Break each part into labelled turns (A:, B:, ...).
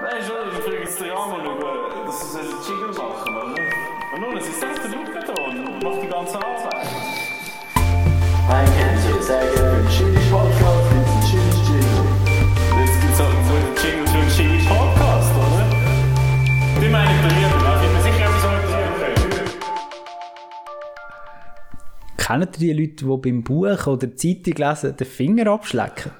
A: Nein, schon, ich bringe jetzt den Rahmen über. Das ist ein Jingle machen, oder? Und nun, es ist selbst der Luke da und macht die ganze Arbeit.
B: Ein Kenntnis, sehr gerne. Schönes Podcast, ein schönes Jingle.
A: Jetzt gibt es halt so einen Jingle für einen Jingle Podcast, oder? Die meine ich bei mir, da bin mir sicher, etwas anderes okay.
C: Kennt ihr die Leute, die beim Buch oder Zeitung lesen den Finger abschlecken?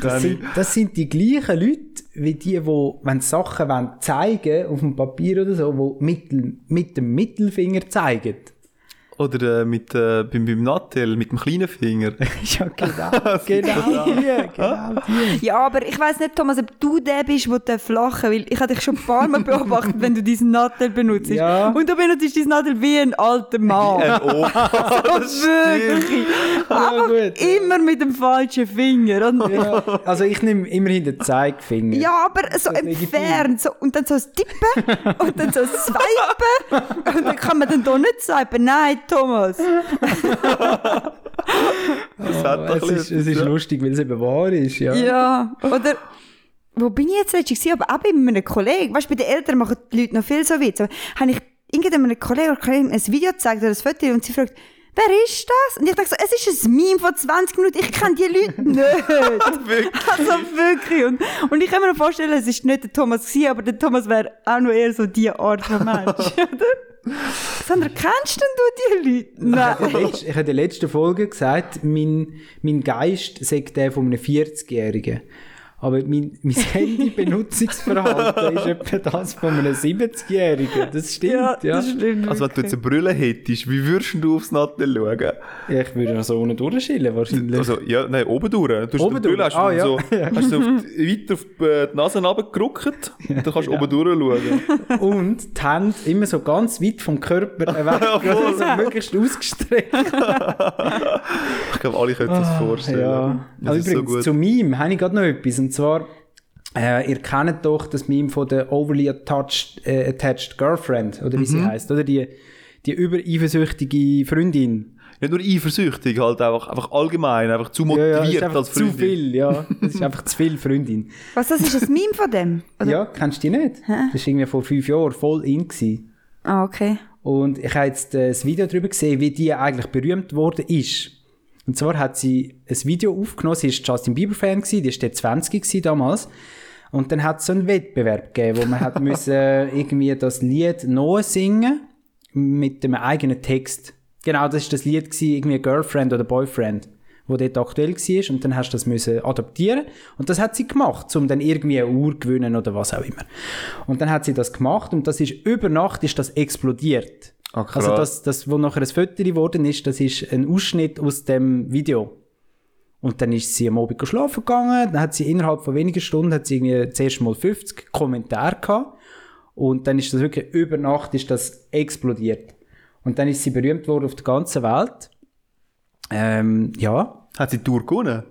C: das, sind, das sind die gleichen Leute, wie die, die, wenn sie Sachen wollen, zeigen auf dem Papier oder so, die mit, dem- mit dem Mittelfinger zeigen.
D: Oder äh, mit, äh, beim, beim Nattel, mit dem kleinen Finger.
C: ja, genau. genau die. Genau die.
E: Ja, aber ich weiß nicht, Thomas, ob du der bist, der darf lachen weil ich habe dich schon ein paar Mal beobachtet, wenn du deinen Nadel benutzt.
C: Ja.
E: Und du benutzt deinen Nadel wie ein alter Mann.
D: Ein Opa.
E: das wirklich.
C: Ja,
E: Aber
C: gut.
E: immer mit dem falschen Finger. Und
C: Ja, also ich nehme immerhin den Zeigefinger.
E: Ja, aber so
C: Das ist legitim.
E: entfernt. So, und dann so ein Tippen und dann so ein Swipen. und dann kann man dann doch nicht swipen. Nein, Thomas.
D: Das hat doch
C: es, ist, es ist lustig, weil es eben wahr ist. Ja.
E: Ja. Oder, wo bin ich jetzt letztens? gewesen? Aber auch bei einem Kollegen. Weißt du, bei den Eltern machen die Leute noch viel so Witze. Aber Habe ich irgendeinem Kollegen oder Kollegin ein Video gezeigt oder ein Foto und sie fragt, wer ist das? Und ich dachte so, es ist ein Meme von 20 Minuten. Ich kenne die Leute nicht. Also wirklich. Und, und ich kann mir vorstellen, es ist nicht der Thomas gewesen, aber der Thomas wäre auch noch eher so die Art von Mensch, oder? Sandra, kennst denn du die Leute?
C: Ich habe in der
E: Nein.
C: letzten- ich habe in der letzten Folge gesagt, mein, mein Geist sagt der von einem 40-Jährigen. Aber mein, mein Handy-Benutzungsverhalten ist etwa das von einem 70-Jährigen. Das stimmt, ja.
E: stimmt.
D: Also wenn du jetzt eine Brille hättest, wie würdest du aufs Nattel schauen?
C: Ja, ich würde noch so unten durchschillen, wahrscheinlich.
D: Also, ja, nein, oben durch. Du hast
C: Oben
D: die Brille
C: durch,
D: hast du
C: ah, ja.
D: so, hast du so auf die, weiter auf die, äh, die Nase runtergerückt und dann kannst du oben durch schauen.
C: Und die Hände immer so ganz weit vom Körper weg, also so möglichst ausgestreckt.
D: Ich glaube, alle können sich das vorstellen.
C: Ah, Ja.
D: Das
C: Aber
D: ist so
C: übrigens,
D: gut.
C: zu Meme habe ich gerade noch etwas. Und zwar, äh, ihr kennt doch das Meme von der Overly Attached, äh, attached Girlfriend, oder wie sie
D: Mhm.
C: heißt, oder? Die, die übereifersüchtige Freundin.
D: Nicht nur eifersüchtig, halt einfach, einfach allgemein, einfach zu
C: Ja, ja,
D: motiviert
C: das ist einfach
D: als
C: zu
D: Freundin.
C: viel, ja. Das ist einfach zu viel Freundin.
E: Was, das ist ein Meme von dem? Oder?
C: Ja, kennst du die nicht? Das ist irgendwie vor fünf Jahren voll in gewesen.
E: Ah, okay.
C: Und ich habe jetzt äh, das Video darüber gesehen, wie die eigentlich berühmt worden ist. Und zwar hat sie ein Video aufgenommen, sie war Justin Bieber-Fan, gewesen, die war dort 20 gewesen damals. Und dann hat es so einen Wettbewerb gegeben, wo man hat müssen äh, irgendwie das Lied neu singen mit dem eigenen Text. Genau, das ist das Lied gewesen, irgendwie Girlfriend oder Boyfriend, wo dort aktuell war und dann hast du das müssen adaptieren und das hat sie gemacht, um dann irgendwie eine Uhr zu gewinnen oder was auch immer. Und dann hat sie das gemacht und das ist über Nacht ist das explodiert.
D: Ah, krass.
C: also das, das, wo nachher ein Foto geworden ist, das ist ein Ausschnitt aus dem Video. Und dann ist sie am Abend geschlafen gegangen, dann hat sie innerhalb von wenigen Stunden, hat sie irgendwie zuerst mal 50 Kommentare gehabt. Und dann ist das wirklich über Nacht ist das explodiert. Und dann ist sie berühmt worden auf der ganzen Welt. Ähm, ja,
D: Hat sie die Tour gewonnen?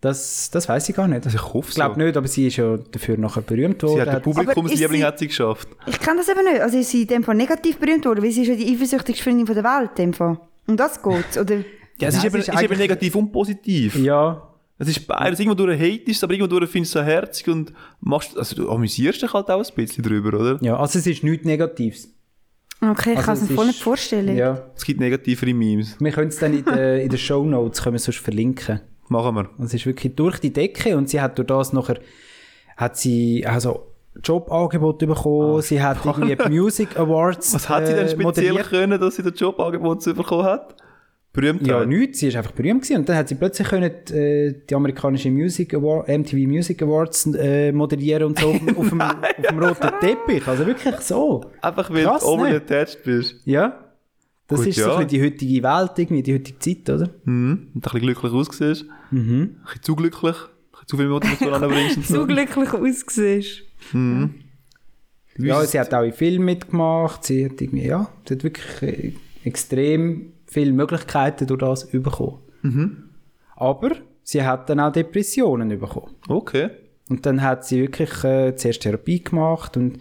C: das, das weiß ich gar nicht.
D: ich hoffe
C: ich glaube
D: so.
C: nicht, aber sie ist ja dafür nachher berühmt worden.
D: Sie hat den
E: Aber ist
D: Publikumsliebling
E: sie-
D: hat sie geschafft.
E: Ich kann das eben nicht. Also ist sie in dem Fall negativ berühmt worden, weil sie ist ja die eifersüchtigste Freundin von der Welt. In dem Fall. Um das geht's, oder?
D: Ja, es
C: Nein,
D: ist, eben,
C: es ist
D: ist eben
C: eigentlich-
D: negativ und positiv.
C: ja,
D: Es ist beides. Irgendwo durch hatest, aber irgendwo durch findest du es so herzig und machst, also du amüsierst dich halt auch ein bisschen drüber, oder?
C: ja, also es ist nichts Negatives.
E: Okay, ich
C: Also
E: kann es
C: es
E: mir voll
C: ist-
E: nicht vorstellen.
C: Ja.
D: Es gibt negativere Memes.
C: Wir können es dann in den in den Show Notes sonst verlinken.
D: Machen wir.
C: Und Es ist wirklich durch die Decke und sie hat durch das nachher hat sie also Jobangebote bekommen, sie hat irgendwie die Music Awards
D: Ah. Was hat sie denn
C: äh,
D: speziell
C: moderiert.
D: können, dass sie den Jobangebot bekommen hat? Berühmtheit.
C: Ja, nichts, sie ist einfach berühmt gewesen. und dann hat sie plötzlich können, äh, die amerikanische Music Award, MTV Music Awards äh, moderieren und so auf, dem- auf, dem, auf dem roten Teppich, also wirklich so.
D: Einfach weil
C: Krass,
D: du overly
C: ne?
D: attached bist.
C: Ja, das
D: Gut,
C: ist
D: ja.
C: so ein bisschen die heutige Welt, irgendwie, die heutige Zeit, oder?
D: Mhm. Und ein bisschen glücklich ausgesehen. Mhm. Ein bisschen zu glücklich. Ein bisschen zu viel Motivation anbringst. und
E: So
D: so.
E: glücklich ausgesehen.
C: Ja,
D: Unser-
C: sie hat auch in Filmen mitgemacht, sie hat irgendwie, ja, sie hat wirklich äh, extrem viele Möglichkeiten durch das bekommen.
D: Mhm.
C: Aber sie hat dann auch Depressionen bekommen.
D: Okay.
C: Und dann hat sie wirklich äh, zuerst Therapie gemacht und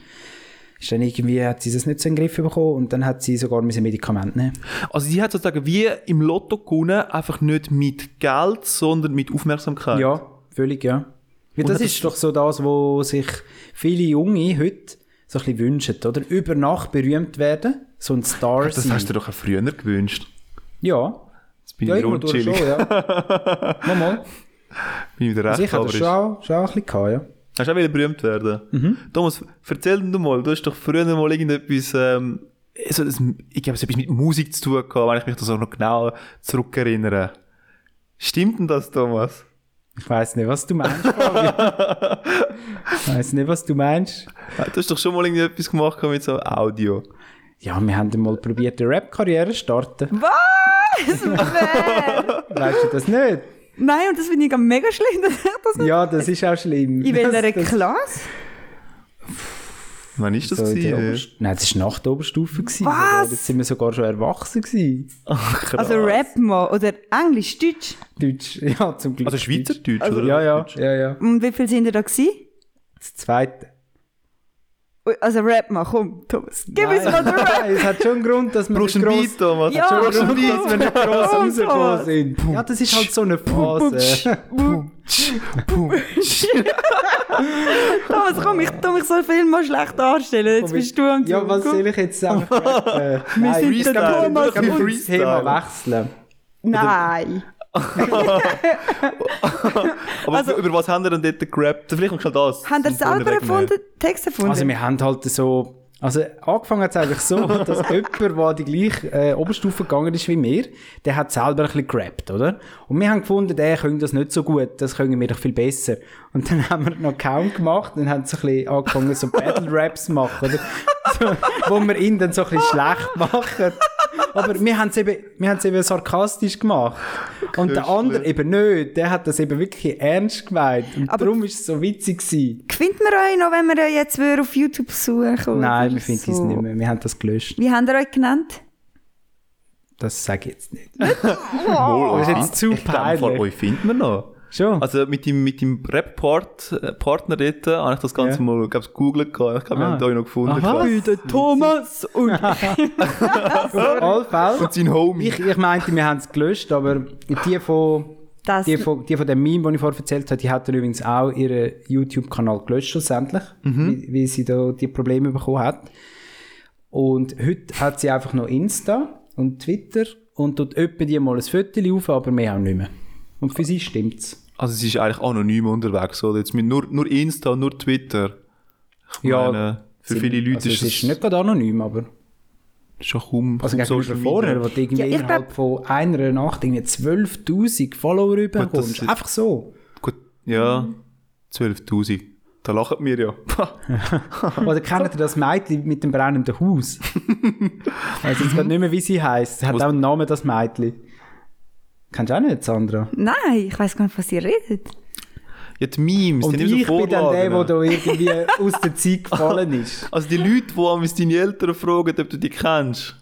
C: ist dann irgendwie, hat sie das nicht so in den Griff bekommen und dann hat sie sogar müssen Medikamente nehmen.
D: Also sie hat sozusagen wie im Lotto gewonnen, einfach nicht mit Geld, sondern mit Aufmerksamkeit.
C: Ja, völlig, ja. Weil
D: Halt. Und
C: das
D: das-
C: ist doch so das, wo sich viele Junge heute so ein bisschen wünschen, oder? Über Nacht berühmt werden, so ein Star
D: Das hast du
C: sein.
D: dir doch auch früher gewünscht.
C: Ja,
D: Jetzt bin
C: ja,
D: ich
C: irgendwo durch schon,
D: rundchillig.
C: ja. Mal, mal.
D: Bin ich wieder recht,
C: Also ich hatte
D: aber
C: das
D: ist-
C: schon Mhm. auch, schon auch ein bisschen gehabt, ja.
D: Hast du auch wieder berühmt werden? Thomas, erzähl du mal, du hast doch früher mal irgendetwas, ähm, so das, ich glaube, es hat etwas mit Musik zu tun gehabt, wenn ich mich das auch noch genau zurückerinnere. Stimmt denn das, Thomas?
C: Ich weiß nicht, was du meinst, Fabian. ich weiß nicht, was du meinst.
D: Ja, Du hast doch schon mal irgendetwas gemacht gehabt mit so Audio.
C: Ja, wir haben dann mal probiert, eine Rap-Karriere zu starten.
E: Wer?
C: Weißt du das nicht?
E: Nein, und das finde ich gerade mega schlimm, dass ich das nicht...
C: Ja, das ist auch schlimm.
E: In
C: Das-
E: welcher
C: das-
E: Klasse?
D: Wann ist das
C: So in der
D: gewesen?
C: Oberst- Nein, das war nach der Oberstufe. gewesen.
E: Was?
C: Jetzt sind wir sogar schon erwachsen. Gewesen.
E: Also Rap mal oder Englisch, Deutsch.
C: Deutsch, ja, zum Glück.
D: Also Schweizerdeutsch,
C: Also,
D: oder?
C: ja, ja, ja, ja.
E: Und wie viele sind ihr da gewesen?
C: Das zweite.
E: Ui, Also Rap mal, komm, Thomas. Gib uns
C: Nein,
E: mal den Rap.
C: Nein, es hat schon einen Grund, dass wir
D: Brauchst du
C: nicht
D: einen
C: gross-
D: Beat, Thomas?
E: Ja.
D: Brauchst du einen
E: Brauchst
D: Beat?
C: dass wir nicht gross
E: Thomas.
C: rausgekommen sind. Ja, das ist halt so eine Phase.
E: Thomas, komm, ich tu mich so viel mal schlecht darstellen. Jetzt bist du am
C: Ja, was
E: Zug.
C: soll ich jetzt sagen? Wir
E: sind der Thomas
C: wir
D: und-
C: können das Thema wechseln.
E: Nein.
D: Aber
E: Also-
D: über was haben wir denn dort gerappt? Vielleicht kommt schon das.
E: Haben ihr
D: zum
E: selber
D: Wegnehmen.
E: erfunden, Text erfunden?
C: Also wir haben halt so, also angefangen hat es eigentlich so, dass jemand, der die gleiche äh, Oberstufe gegangen ist wie wir, der hat selber ein bisschen gerappt, oder? Und wir haben gefunden, der kann das nicht so gut, das können wir doch viel besser. Und dann haben wir noch Count gemacht und haben so ein bisschen angefangen, so Battle-Raps zu machen, oder? So, wo wir ihn dann so ein bisschen schlecht machen. Aber wir haben es eben, wir haben es eben sarkastisch gemacht. Und der
D: Köstlich.
C: andere eben nicht. Der hat das eben wirklich ernst gemeint. Und
E: Aber-
C: darum war es so witzig. Gewesen.
E: Findet man euch noch, wenn wir euch jetzt wieder auf YouTube suchen?
C: Nein,
E: oder
C: wir finden
E: so?
C: es nicht mehr. Wir haben das gelöscht.
E: Wie habt ihr euch genannt?
C: Das sage ich jetzt nicht.
D: Mal,
C: Oh, Das ist jetzt zu
D: Oh, Ich glaube, vor
C: peinlich.
D: euch finden wir noch.
C: Schon?
D: Also mit dem, mit dem Rap-Partner dort äh, habe ich das Ganze
C: Ja.
D: mal, glaube ich, gegoogelt. gehabt. Ich glaube, wir
C: Ah.
D: haben da noch gefunden.
C: Aha.
D: gehabt.
E: Der Thomas und...
C: Auf alle Fälle.
D: Und sein Homie.
C: Ich, ich meinte, wir haben es gelöscht, aber die von,
E: Das,
C: die, von, die von dem Meme, den ich vorher erzählt habe, die hat dann übrigens auch ihren YouTube-Kanal gelöscht schlussendlich,
D: Mhm.
C: wie, wie sie da die Probleme bekommen hat. Und heute hat sie einfach noch Insta und Twitter und tut etwa die mal ein Foto auf, aber mehr auch nicht mehr. Und für sie stimmt's.
D: Also sie ist eigentlich anonym unterwegs, oder? Jetzt mit nur, nur Insta, nur Twitter. Ich
C: Ja,
D: meine, für
C: Sie-
D: viele Leute
C: also
D: ist
C: es ist
D: es
C: nicht gerade anonym, aber...
D: schon kaum
C: Also
D: kaum
C: gegenüber vorher,
D: Media.
C: wo du irgendwie
E: Ja, ich
C: innerhalb von einer Nacht irgendwie 12'000 Follower
D: das
C: überkommst.
D: ist-
C: Einfach so.
D: Gut, ja, 12'000. Da lachen wir ja.
C: Oder kennt ihr das Mädchen mit dem brennenden Haus? also jetzt gerade nicht mehr, wie sie heisst. Sie hat auch einen Namen, das Mädchen. Kennst du auch nicht, Sandra?
E: Nein, ich weiß gar nicht, was ihr redet.
D: ja, die Memes,
C: Und
D: die nehmen so
C: ich bin dann der,
D: Vorlagen.
C: der da irgendwie aus der Zeit gefallen ist.
D: genau. Also die Leute, die einmal deine Eltern fragen, ob du die kennst.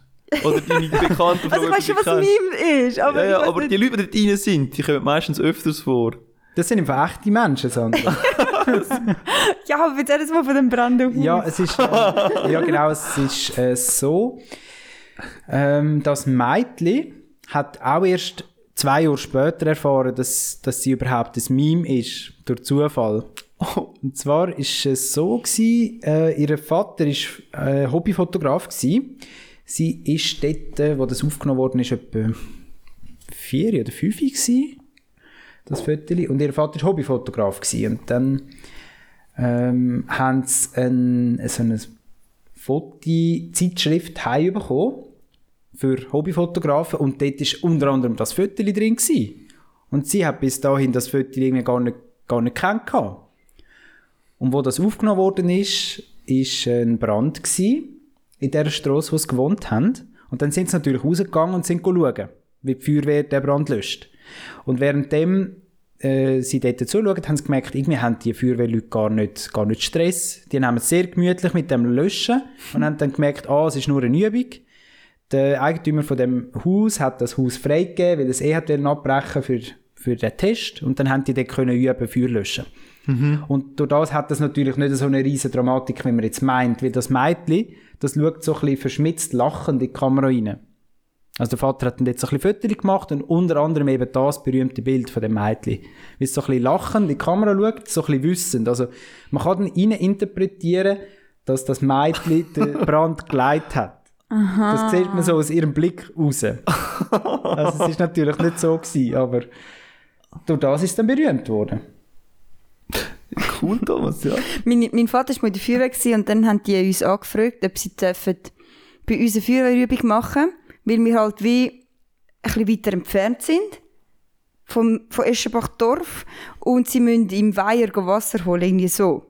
D: Oder deine Bekannten fragen,
E: Also ich
D: ob
E: weiß
D: du
E: schon,
D: die
E: was
D: kennst.
E: Meme ist, aber
D: Ja,
E: ich
D: ja,
E: weiss
D: aber
E: nicht-
D: die Leute, die dort rein sind, die kommen meistens öfters vor.
C: Das sind einfach echte Menschen, Sandra.
E: Ja, aber jetzt erzähl mal von dem Brand
C: Ja, es ist, äh, ja genau, es ist äh, so, ähm, das Mädchen hat auch erst zwei Jahre später erfahren, dass, dass sie überhaupt ein Meme ist, durch Zufall. Und zwar ist es so gewesen, äh, ihr Vater ist äh, Hobbyfotograf gewesen. Sie ist dort, äh, wo das aufgenommen worden ist, etwa vier oder fünf gewesen, das Foto. Und ihr Vater war Hobbyfotograf gewesen. Und dann ähm, haben sie ein, äh, so eine Fotozeitschrift heimbekommen für Hobbyfotografen und dort war unter anderem das Foto drin. Gewesen. Und sie hat bis dahin das Foto irgendwie gar nicht, gar nicht gekannt. gehabt. Und wo das aufgenommen worden ist, ist ein Brand gewesen, in der Straße, wo sie gewohnt haben. Und dann sind sie natürlich rausgegangen und sind schauen, wie die Feuerwehr den Brand löscht. Und währenddem äh, sie dort zuschauen, haben sie gemerkt, irgendwie haben die Feuerwehrleute gar nicht, gar nicht Stress. Die nehmen es sehr gemütlich mit dem Löschen und haben dann gemerkt, ah, es ist nur eine Übung. Der Eigentümer von dem Haus hat das Haus freigegeben, weil es eh hat wollen abbrechen für, für den Test. Und dann haben die dort können üben, Feuer löschen. Und durch das hat das natürlich nicht so eine riesige Dramatik, wie man jetzt meint, weil das Mädchen, das schaut so ein bisschen verschmitzt lachend in die Kamera rein. Also der Vater hat dann jetzt so ein bisschen Fotos gemacht und unter anderem eben das berühmte Bild von dem Mädchen. Wie es so ein bisschen lachend in die Kamera schaut, so ein bisschen wissend. Also man kann dann rein interpretieren, dass das Mädchen den Brand geleitet hat. Das sieht man so aus ihrem Blick raus. Also es ist natürlich nicht so gewesen, aber durch das ist es dann berühmt worden.
D: Cool, Thomas, ja.
E: Mein, mein Vater war mal in der Feuerwehr gewesen und dann haben die uns angefragt, ob sie dürfen bei uns eine Feuerwehrübung machen weil wir halt wie ein bisschen weiter entfernt sind vom, von Eschenbach-Dorf und sie müssen im Weiher go Wasser holen, irgendwie so.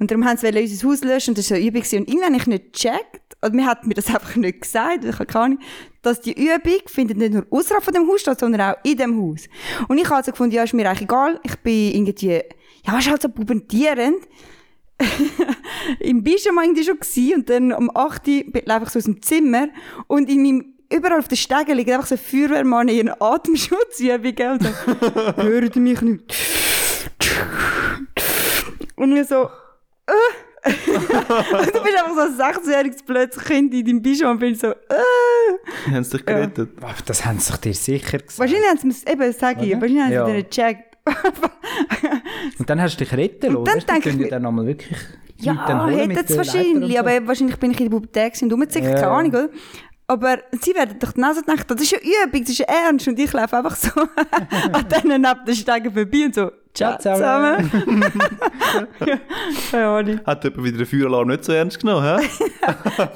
E: Und darum haben sie wollen unser Haus löschen und das war eine Übung. gewesen. Und irgendwann habe ich nicht gecheckt, oder mir hat mir das einfach nicht gesagt, weil ich habe keine Ahnung, dass die Übung findet nicht nur außerhalb von dem Haus statt, sondern auch in dem Haus. Und ich habe also gefunden, ja, ist mir eigentlich egal, ich bin irgendwie, ja, ist halt so pubertierend im Bischof irgendwie schon gsi und dann um 8 Uhr bin ich einfach so aus dem Zimmer und in meinem überall auf den Stegen liegt einfach so ein Feuerwehrmann in ihren Atemschutzübungen und so, hört mich nicht. Und wir so, äh. und du bist einfach so ein 16-jähriges blödes Kind in deinem Bischof und bin so, äh.
D: Haben sie dich gerettet?
C: Ah, Das haben sie sich dir sicher gesagt.
E: Wahrscheinlich haben sie mir's- eben, das sag ich,
C: Oder?
E: wahrscheinlich haben sie
C: Ja.
E: ja. nicht gecheckt.
C: Und dann hast du dich retten lassen.
E: dann
C: weißt du,
E: denke
C: können
E: ich
C: ja dann nochmal wirklich Leute dann
E: Ja,
C: holen mit
E: hätten
C: der
E: es
C: Leiter und
E: wahrscheinlich,
C: so.
E: aber wahrscheinlich bin ich in der Pubertät gewesen und rumgezickt,
C: Ja.
E: keine Ahnung, oder? Aber sie werden doch die Nase gedacht, das ist ja Übung, das ist ja ernst und ich laufe einfach so an denen ab den Stegen vorbei und so, ciao
C: Ciao zusammen.
E: zusammen. ja, keine Ahnung,
D: Hat jemand wieder den Feueralarm nicht so ernst genommen, hä?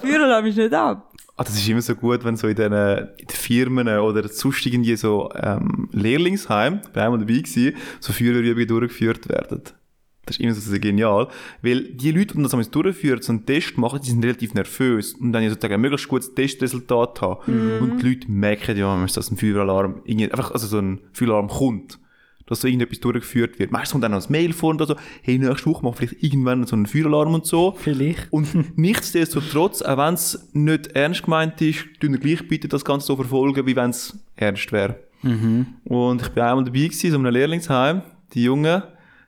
E: Führer lasse mich nicht ab.
D: Ah, das ist immer so gut, wenn so in den, äh, in den Firmen oder sonst irgendwie so ähm, Lehrlingsheim, ich bin einmal dabei gewesen, so Führerübungen durchgeführt werden. Das ist immer so sehr genial, weil die Leute, die das einmal durchführen, so einen Test machen, die sind relativ nervös und dann ja sozusagen ein möglichst gutes Testresultat haben. Und die Leute merken ja, manchmal, dass ein Feueralarm, irgendwie, einfach also so ein Feueralarm kommt, dass so irgendetwas durchgeführt wird. Meistens kommt dann noch ein Mail vor oder so, hey, nächste Woche machen wir vielleicht irgendwann so einen Feueralarm und so.
C: Vielleicht.
D: Und nichtsdestotrotz, auch wenn es nicht ernst gemeint ist, tun wir gleich bitte das Ganze so verfolgen, wie wenn es ernst wäre. Und ich bin einmal dabei gewesen, in so einem Lehrlingsheim, die Jungen,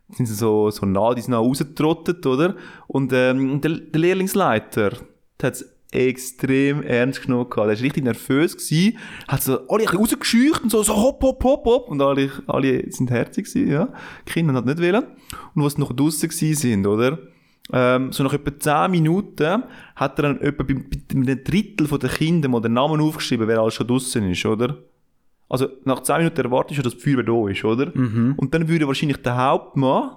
D: die sind so, so nah, die sind nah rausgetrottet, oder? Und ähm, der, der Lehrlingsleiter, der hat es extrem ernst genommen gehabt. Der war richtig nervös, gewesen, hat so alle ein bisschen rausgescheucht und so, so hopp, hopp, hopp, hopp. Und alle, alle sind herzig gewesen, ja. Die Kinder haben das nicht wollen. Und was noch draussen gewesen sind, oder? Ähm, so nach etwa 10 Minuten hat er dann etwa bei, bei einem Drittel der Kinder mal den Namen aufgeschrieben, wer alles schon draussen ist, oder? Also nach 10 Minuten erwartest du, dass die Feuerwehr da ist, oder? Und dann würde wahrscheinlich der Hauptmann,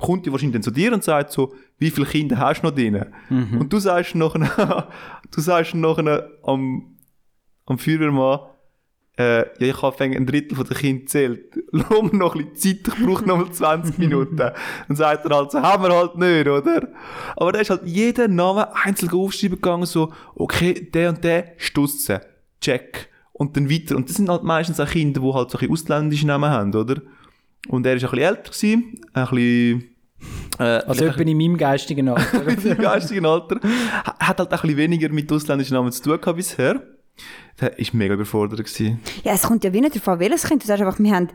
D: kommt ja wahrscheinlich dann zu dir und sagt so, wie viele Kinder hast du noch drin? Und du sagst nachher, du sagst nachher am, am Feuerwehrmann, äh, ja, ich habe ein Drittel der Kinder zählt. Lass mir noch ein bisschen Zeit, ich brauche noch mal 20 Minuten. Dann sagt er halt, so haben wir halt nicht, oder? Aber da ist halt jeder Name einzeln aufschreiben gegangen, so, okay, der und der, Stutzen, check. Und dann weiter. Und das sind halt meistens auch Kinder, die halt solche ausländische Namen haben, oder? Und er war ein bisschen älter, gewesen, ein bisschen, äh,
C: Also
D: vielleicht-
C: etwa in meinem geistigen Alter.
D: mit seinem geistigen Alter. Ha- Hat halt auch ein bisschen weniger mit ausländischen Namen zu tun gehabt bisher. Der war mega überfordert. Gewesen.
E: Ja, es kommt ja wie nicht davon, welches Kind, du sagst einfach, wir haben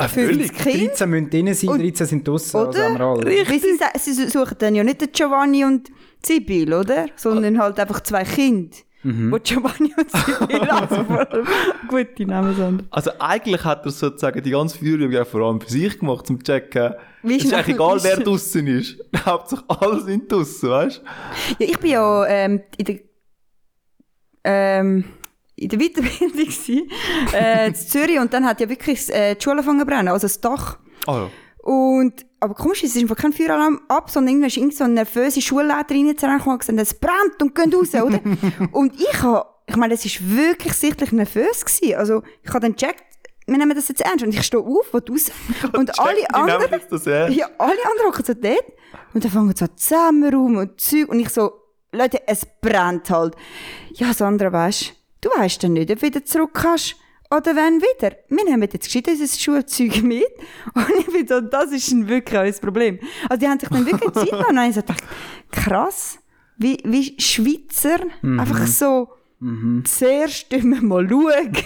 E: 50 Kinder.
C: 13 müssen drin sein,
E: Und-
C: 13 sind draussen. Also haben wir
E: Oder?
C: alle.
E: Weil sie, sa- sie suchen dann ja nicht den Giovanni und Sibyl, oder? Sondern halt einfach zwei Kinder. Wo Giovanni und Sibyl also vor allem gute Namen sind.
D: Also eigentlich hat er sozusagen die ganze Führung auch vor allem für sich gemacht, zum zu checken.
E: Wie
D: es ist
E: schnell-
D: eigentlich egal, wer
E: wie-
D: draussen ist. Hauptsache alle sind draussen, weißt
E: Ja, ich bin ja ähm, in der ähm, in der Weiterbildung gsi, äh, in Zürich und dann hat ja wirklich äh, die Schule angefangen zu brennen, also das Dach.
D: du?
C: Ah,
D: Oh,
E: Und, aber komisch, es ist einfach kein Feueralarm ab, sondern irgendwie ist irgend so eine nervöse Schulleiterin zu reingekommen und gesagt, es brennt und geht raus, oder? und ich habe, ich meine, es ist wirklich sichtlich nervös gewesen. Also, ich habe dann gecheckt, wir nehmen das jetzt ernst und ich stehe auf, will raus. Und alle anderen,
D: Jetzt genau das her.
E: ja, alle anderen hocken so dort und dann fangen so zusammen rum und Zeug und ich so, Leute, es brennt halt. Ja, Sandra, weisst du, du weisst dann nicht, ob du wieder zurück kannst oder wenn wieder. Wir nehmen jetzt gescheit unser Schulzeug mit und ich bin so, das ist ein wirklich ein Problem. Also die haben sich dann wirklich Zeit genommen und dann habe ich so gedacht, krass, wie, wie Schweizer einfach so zuerst immer mal schauen.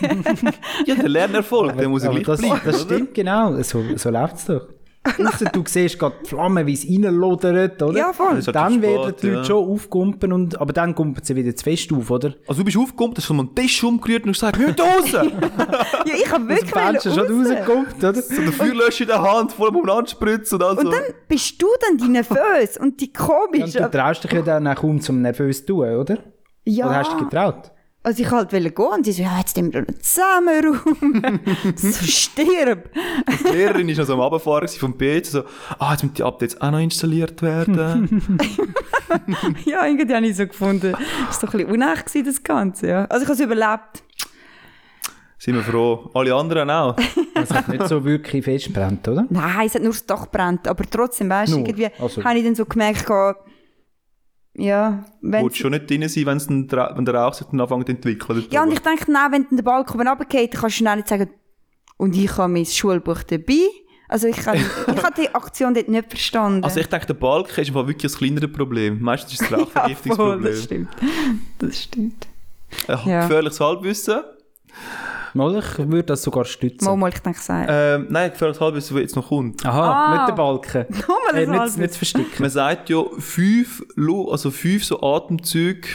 D: Ja, der Lernerfolg, der muss er
C: Aber
D: gleich
C: das,
D: bleiben.
C: das
D: oder?
C: stimmt, genau. So, so läuft es doch. Licht raus, du siehst gerade die Flamme, wie es reinlodert, oder?
E: Ah, Ja, voll.
C: Und Dann
D: Das ist halt
C: werden
D: spät,
C: die Leute
D: ja.
C: schon aufgumpen, und, aber dann gumpen sie wieder zu fest auf, oder?
D: Also du bist aufgekommen, hast schon mal einen Tisch umgerührt und hast gesagt, hör raus! so
E: Ja, ich habe
C: Das
E: wirklich
C: Fenster schon
E: wollen raus.
C: rausgumpt, oder?
D: der Feuerlöscher in der Hand, voll am Anspritzen Also, und alles.
E: Und dann bist du dann die nervös und die komisch.
C: Und du traust dich ja dann auch kaum zum nervös zu tun, oder?
E: ja.
C: Oder hast du dich getraut?
E: Also ich halt wollte gehen und sie so, ja, jetzt nehmen wir noch zusammen rum. so stirb.
D: Die Lehrerin war noch so am Abfahren gewesen vom PC, so, ah, jetzt müssen die Updates auch noch installiert werden.
E: ja, irgendwie habe ich so gefunden. Das war doch ein bisschen unecht, gewesen, das Ganze. Ja. Also ich habe es überlebt.
D: Sind wir froh. Alle anderen auch.
C: Das hat nicht so wirklich festbrennt, oder?
E: Nein, es hat nur das Dach gebrannt. Aber trotzdem, weißt du,
C: Nur,
E: irgendwie
C: also.
E: habe ich dann so gemerkt, gehabt, ja, wenn
D: Willst schon nicht drin sein, wenn's den Tra- wenn der Rauch sich dann anfängt zu entwickeln.
E: Ja, und ich denke, nein, wenn dann der Balkon runtergeht, kannst du dann auch nicht sagen, und ich habe mein Schulbuch dabei. Also ich habe ich habe die Aktion dort nicht verstanden.
D: also ich denke, der Balken ist im Fall wirklich ein kleineres Problem. Meistens ist es ein
E: voll,
D: Rauchvergiftungsproblem.
E: das stimmt. Das stimmt.
D: Ein
E: Ja.
D: Gefährliches Halbwissen.
C: Mal, ich würde das sogar stützen.
E: Mal, mal, ich denke, sagen.
D: Ähm, nein, gefährliches Halbwissen, das jetzt noch kommt.
C: Aha,
E: Ah.
C: nicht der Balken.
E: Nochmal
C: Äh,
E: ein
C: nicht,
E: halbes.
C: nicht zu verstecken.
D: Man sagt ja, fünf, Lu- also fünf so Atemzüge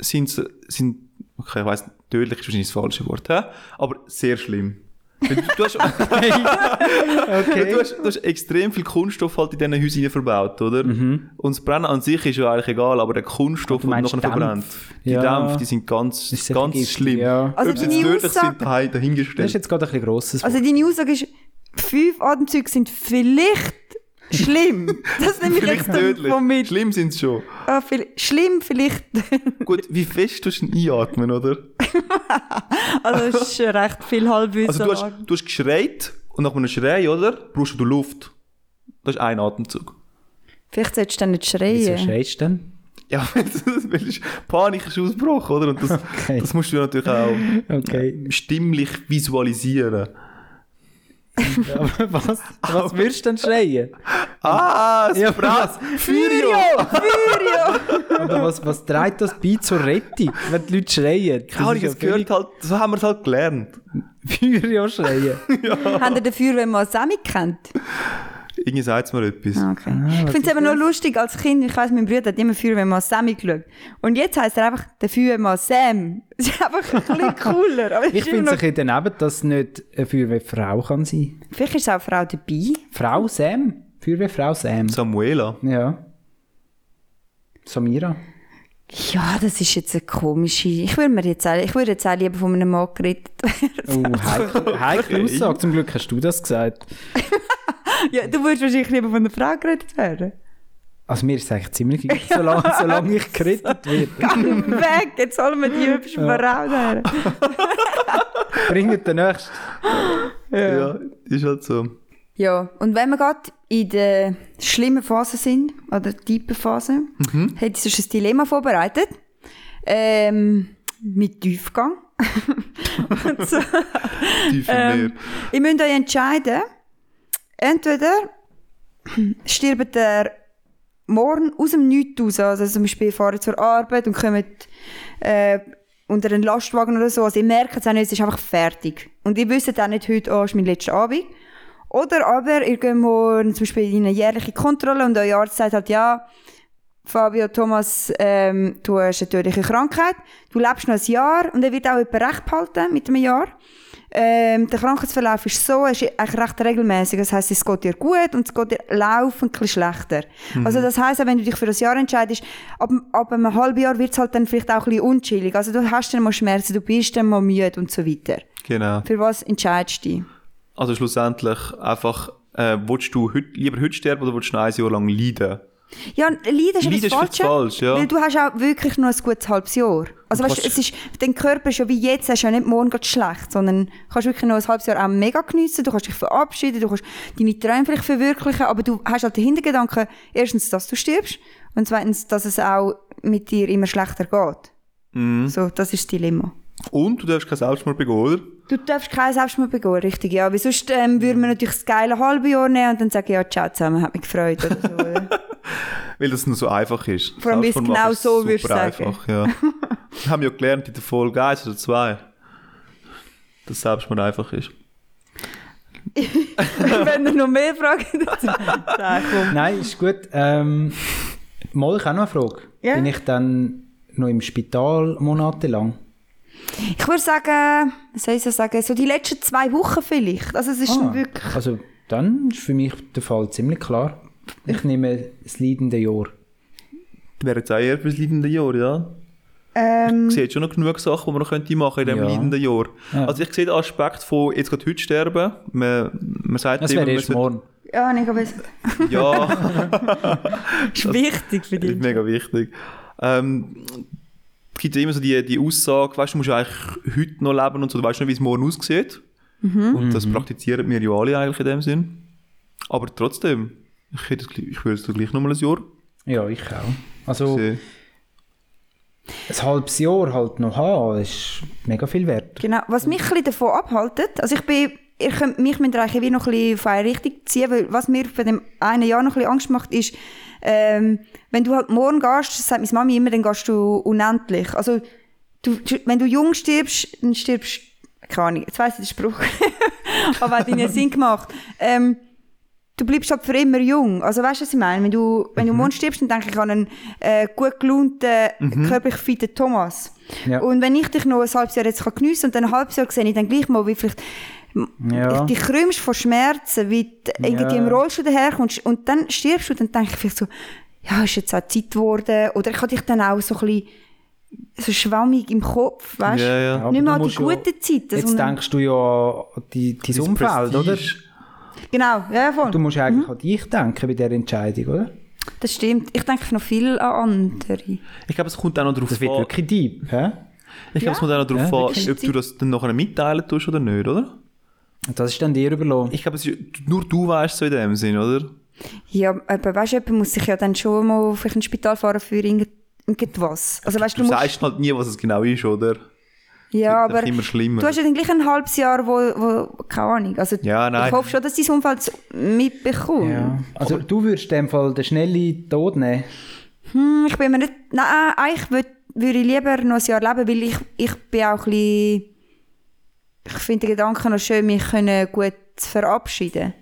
D: sind, sind okay, ich weiss, tödlich ist wahrscheinlich das falsche Wort, hä? aber sehr schlimm. Weil Du, du, hast,
C: Okay.
D: du, hast, du hast extrem viel Kunststoff halt in diesen Häusern verbaut, oder? Und das Brennen an sich ist ja eigentlich egal, aber der Kunststoff,
C: Mhm. Du
D: der
C: meinst
D: nachher
C: Dämpfe.
D: verbrennt, die
C: Ja.
D: Dämpfe, die sind ganz,
C: Das ist sehr
D: ganz
C: vergiftet,
D: schlimm.
C: ja.
E: Also
D: Ob sie
E: deine
D: jetzt tödlich
E: Aussage-
D: sind, daheim,
C: Das ist
D: dahingestellt.
C: jetzt gerade ein bisschen grosses
E: Also deine Aussage ist, fünf Atemzüge sind vielleicht schlimm. Das nehme ich
D: Vielleicht
E: extra von
D: tödlich.
E: mit.
D: Schlimm sind sie schon.
E: Ah, viel, schlimm vielleicht.
D: Gut, wie fest tust du denn einatmen, oder?
E: Also es ist schon recht viel Halbwissen.
D: Also du hast, du hast geschreit und nach einem Schrei, oder? Brauchst du Luft. Das ist ein Atemzug.
E: vielleicht solltest du dann nicht
C: Wieso
E: schreien.
C: schreist du denn?
D: Ja, weil es- Panik ist ausgebrochen, oder? Und das,
C: Okay.
D: das musst du natürlich auch
C: Okay.
D: stimmlich visualisieren.
C: Aber was, was würdest du denn schreien?
D: Ah, das
C: Ja,
D: ja, Frass!
E: Furio! Furio!
C: Aber was, was trägt das bei zur Rettung, wenn die Leute schreien? Das
D: Ja, habe ich
C: ist
D: es gehört, halt, so haben wir es halt gelernt.
C: völlig- Pyro schreien.
E: Habt ihr dafür, wenn man Sammy kennt?
D: Irgendwie sagt es mir etwas.
E: Ah, Okay. ich finde es eben noch lustig, als Kind, ich weiss, mein Bruder hat immer für, wenn man Sammy geschaut. Und jetzt heisst er einfach, dafür, wenn man Sam. Das ist einfach ein bisschen cooler. Aber es
C: Ich
E: ist
C: finde
E: immer
C: es ein
E: noch,
C: bisschen daneben, dass nicht eine Feuerwehrfrau kann sein
E: vielleicht ist auch eine Frau dabei.
C: Frau Sam? Feuerwehrfrau Sam.
D: Samuela.
C: Ja. Samira.
E: Ja, das ist jetzt eine komische. Ich würde mir jetzt auch, ich würde jetzt auch lieber von einem Mann geredet werden.
C: Oh, heikle, heikle Aussage. Zum Glück hast du das gesagt.
E: ja, du würdest wahrscheinlich lieber von einer Frau geredet werden.
C: Also mir ist es eigentlich ziemlich egal, solange, solange ich gerettet werde.
E: Gang weg, jetzt holen wir die hübsche Frau her.
C: Bringt den nächsten.
D: Ja. ist halt so.
E: Ja, und wenn wir gerade in der schlimmen Phase sind, oder tiefen Phase, hätte ich sonst ein Dilemma vorbereitet. Ähm, mit Tiefgang. und so,
D: Tief im
E: ähm,
D: Meer.
E: ihr müsst euch entscheiden, entweder stirbt ihr morgen aus dem Nichts raus, also zum Beispiel fahren zur Arbeit und kommen äh, unter einen Lastwagen oder so, also ihr merkt es auch nicht, es ist einfach fertig. Und ihr wisst auch nicht, heute oh, ist mein letzter Abend. Oder aber ihr geht morgen zum Beispiel in eine jährliche Kontrolle und euer Arzt sagt halt, ja, Fabio, Thomas, ähm, du hast eine tödliche Krankheit, du lebst noch ein Jahr und er wird auch jemand recht behalten mit einem Jahr. Ähm, der Krankheitsverlauf ist so, er ist eigentlich recht regelmäßig. Das heißt, es geht dir gut und es geht dir laufend ein bisschen schlechter. Also das heißt, wenn du dich für das Jahr entscheidest, ab, ab einem halben Jahr wird es halt dann vielleicht auch ein bisschen unchillig. Also du hast dann mal Schmerzen, du bist dann mal müde und so weiter.
D: Genau.
E: Für was entscheidest du dich?
D: Also schlussendlich einfach, äh, willst du heute, lieber heute sterben oder willst du noch ein Jahr lang leiden?
E: Ja, Leiden ist
D: Leiden
E: etwas
D: ist
E: Falsches.
D: vielleicht falsch, ja.
E: Weil du hast auch wirklich nur ein gutes halbes Jahr. Also weißt, du,
D: kannst-
E: es ist, dein Körper ist ja wie jetzt, er ist ja nicht morgen gerade schlecht, sondern du kannst wirklich nur ein halbes Jahr auch mega geniessen, du kannst dich verabschieden, du kannst deine Träume vielleicht verwirklichen, aber du hast halt den Hintergedanken, erstens, dass du stirbst und zweitens, dass es auch mit dir immer schlechter geht.
D: Mhm.
E: So, das ist das Dilemma.
D: Und du darfst kein Selbstmord begehen, oder?
E: Du darfst keinen Selbstmord begehen, richtig, ja. Weil sonst ähm, würden wir natürlich das geile halbe Jahr nehmen und dann sagen, ja, ciao zusammen, hat mich gefreut oder so. Oder?
D: Weil das nur so einfach ist.
E: Vor allem, weil es
D: Selbstmord machen
E: genau
D: ist
E: so
D: super
E: würdest du sagen.
D: einfach, ja. Wir haben ja gelernt in der Folge 1 oder 2, dass Selbstmord einfach ist.
E: Wenn ihr noch mehr Fragen dazu Nein, komm.
C: Nein, ist gut. Ähm, mal, ich habe noch eine Frage.
E: Ja.
C: Bin ich dann noch im Spital monatelang?
E: Ich würde sagen, was soll ich so sagen, so die letzten zwei Wochen vielleicht. Also es ist
C: Ah,
E: wirklich...
C: Also dann ist für mich der Fall ziemlich klar. Ich nehme das leidende Jahr.
D: Das wäre jetzt auch eher fürs leidende Jahr, ja?
E: Ähm,
D: Ich sehe jetzt schon noch genug Sachen, die man noch könnte machen in diesem
C: Ja.
D: leidenden Jahr.
C: Ja.
D: Also ich sehe den Aspekt von jetzt gerade heute sterben. Man, man sagt
C: Das wäre
D: man
C: erst
D: sollte-
C: morgen.
E: ja, ich weiß.
D: Ja,
E: Ist wichtig für
D: ist
E: dich.
D: mega wichtig. Ähm, es gibt ja immer so die, die Aussage, weißt du, du musst eigentlich heute noch leben und so, du weißt nicht, wie es morgen aussieht.
E: Mhm.
D: Und
C: Mhm.
D: das praktizieren wir ja alle eigentlich in dem Sinn. Aber trotzdem, ich, hätte, es gl- ich würde es doch gleich nochmal ein Jahr
C: Ja, ich auch. Also
D: sehen.
C: ein halbes Jahr halt noch haben, ist mega viel wert.
E: Genau. Was mich ein bisschen davon abhaltet, also ich bin, ihr könnt mich mit eigentlich wie noch ein bisschen auf eine Richtung ziehen, weil was mir bei dem einen Jahr noch ein bisschen Angst macht, ist, ähm, wenn du halt morgen gehst, das sagt meine Mami immer, dann gehst du unendlich. Also, du, du- wenn du jung stirbst, dann stirbst, keine Ahnung, jetzt weiss ich den Spruch, aber hat ihn ja Sinn gemacht. Ähm, du bleibst halt für immer jung. Also weißt du, was ich meine? Wenn du, wenn
C: Mhm.
E: du morgen stirbst, dann denke ich an einen äh, gut gelaunten, körperlich fitten Thomas.
C: Mhm. Ja.
E: Und wenn ich dich noch ein halbes Jahr jetzt kann geniessen und dann ein halbes Jahr sehe ich dann gleich mal, wie vielleicht
C: Ja.
E: ich dich krümmst von Schmerzen, wie du irgendwie im Rollstuhl daherkommst und dann stirbst du, dann denke ich vielleicht so, ja, ist jetzt auch Zeit geworden. Oder ich habe dich dann auch so ein bisschen so schwammig im Kopf, weißt du?
D: Ja, ja.
C: Aber
E: Nicht
C: du
E: mehr an die
C: musst ja-
E: guten Zeiten.
C: Jetzt
E: sondern-
C: denkst du ja an die, dein
D: Dein
C: Umfeld, oder?
D: Prestige.
E: Genau, ja, ja, voll.
C: Du musst eigentlich an dich denken bei dieser Entscheidung, oder?
E: Das stimmt. Ich denke noch viel an andere.
D: Ich glaube, es kommt auch noch darauf
C: Das wird
D: an,
C: wirklich deep. Hä?
D: ich glaube, es kommt auch noch darauf
C: Ja,
D: an, ob du das dann nachher mitteilen tust oder nicht, oder?
C: Und Das ist dann dir überlassen.
D: Ich glaube, es ist, nur du weißt so in dem Sinn, oder?
E: Ja, aber weißt du, jemand muss sich ja dann schon mal vielleicht ins Spital fahren für irgend- irgendwas. Also weißt
D: Du,
E: du, du musst,
D: sagst halt nie, was es genau ist, oder?
E: ja,
D: das ist
E: aber
D: immer schlimmer.
E: du hast ja dann gleich ein halbes Jahr, wo, wo keine Ahnung. Also
D: Ja, nein.
E: ich hoffe schon, dass dein Umfeld so mitbekommt.
C: Ja. Also du würdest in dem Fall den schnellen Tod nehmen.
E: Hm, ich bin mir nicht, nein, eigentlich würde würd ich lieber noch ein Jahr leben, weil ich, ich bin auch ein bisschen, ich finde den Gedanken noch schön, mich können gut verabschieden.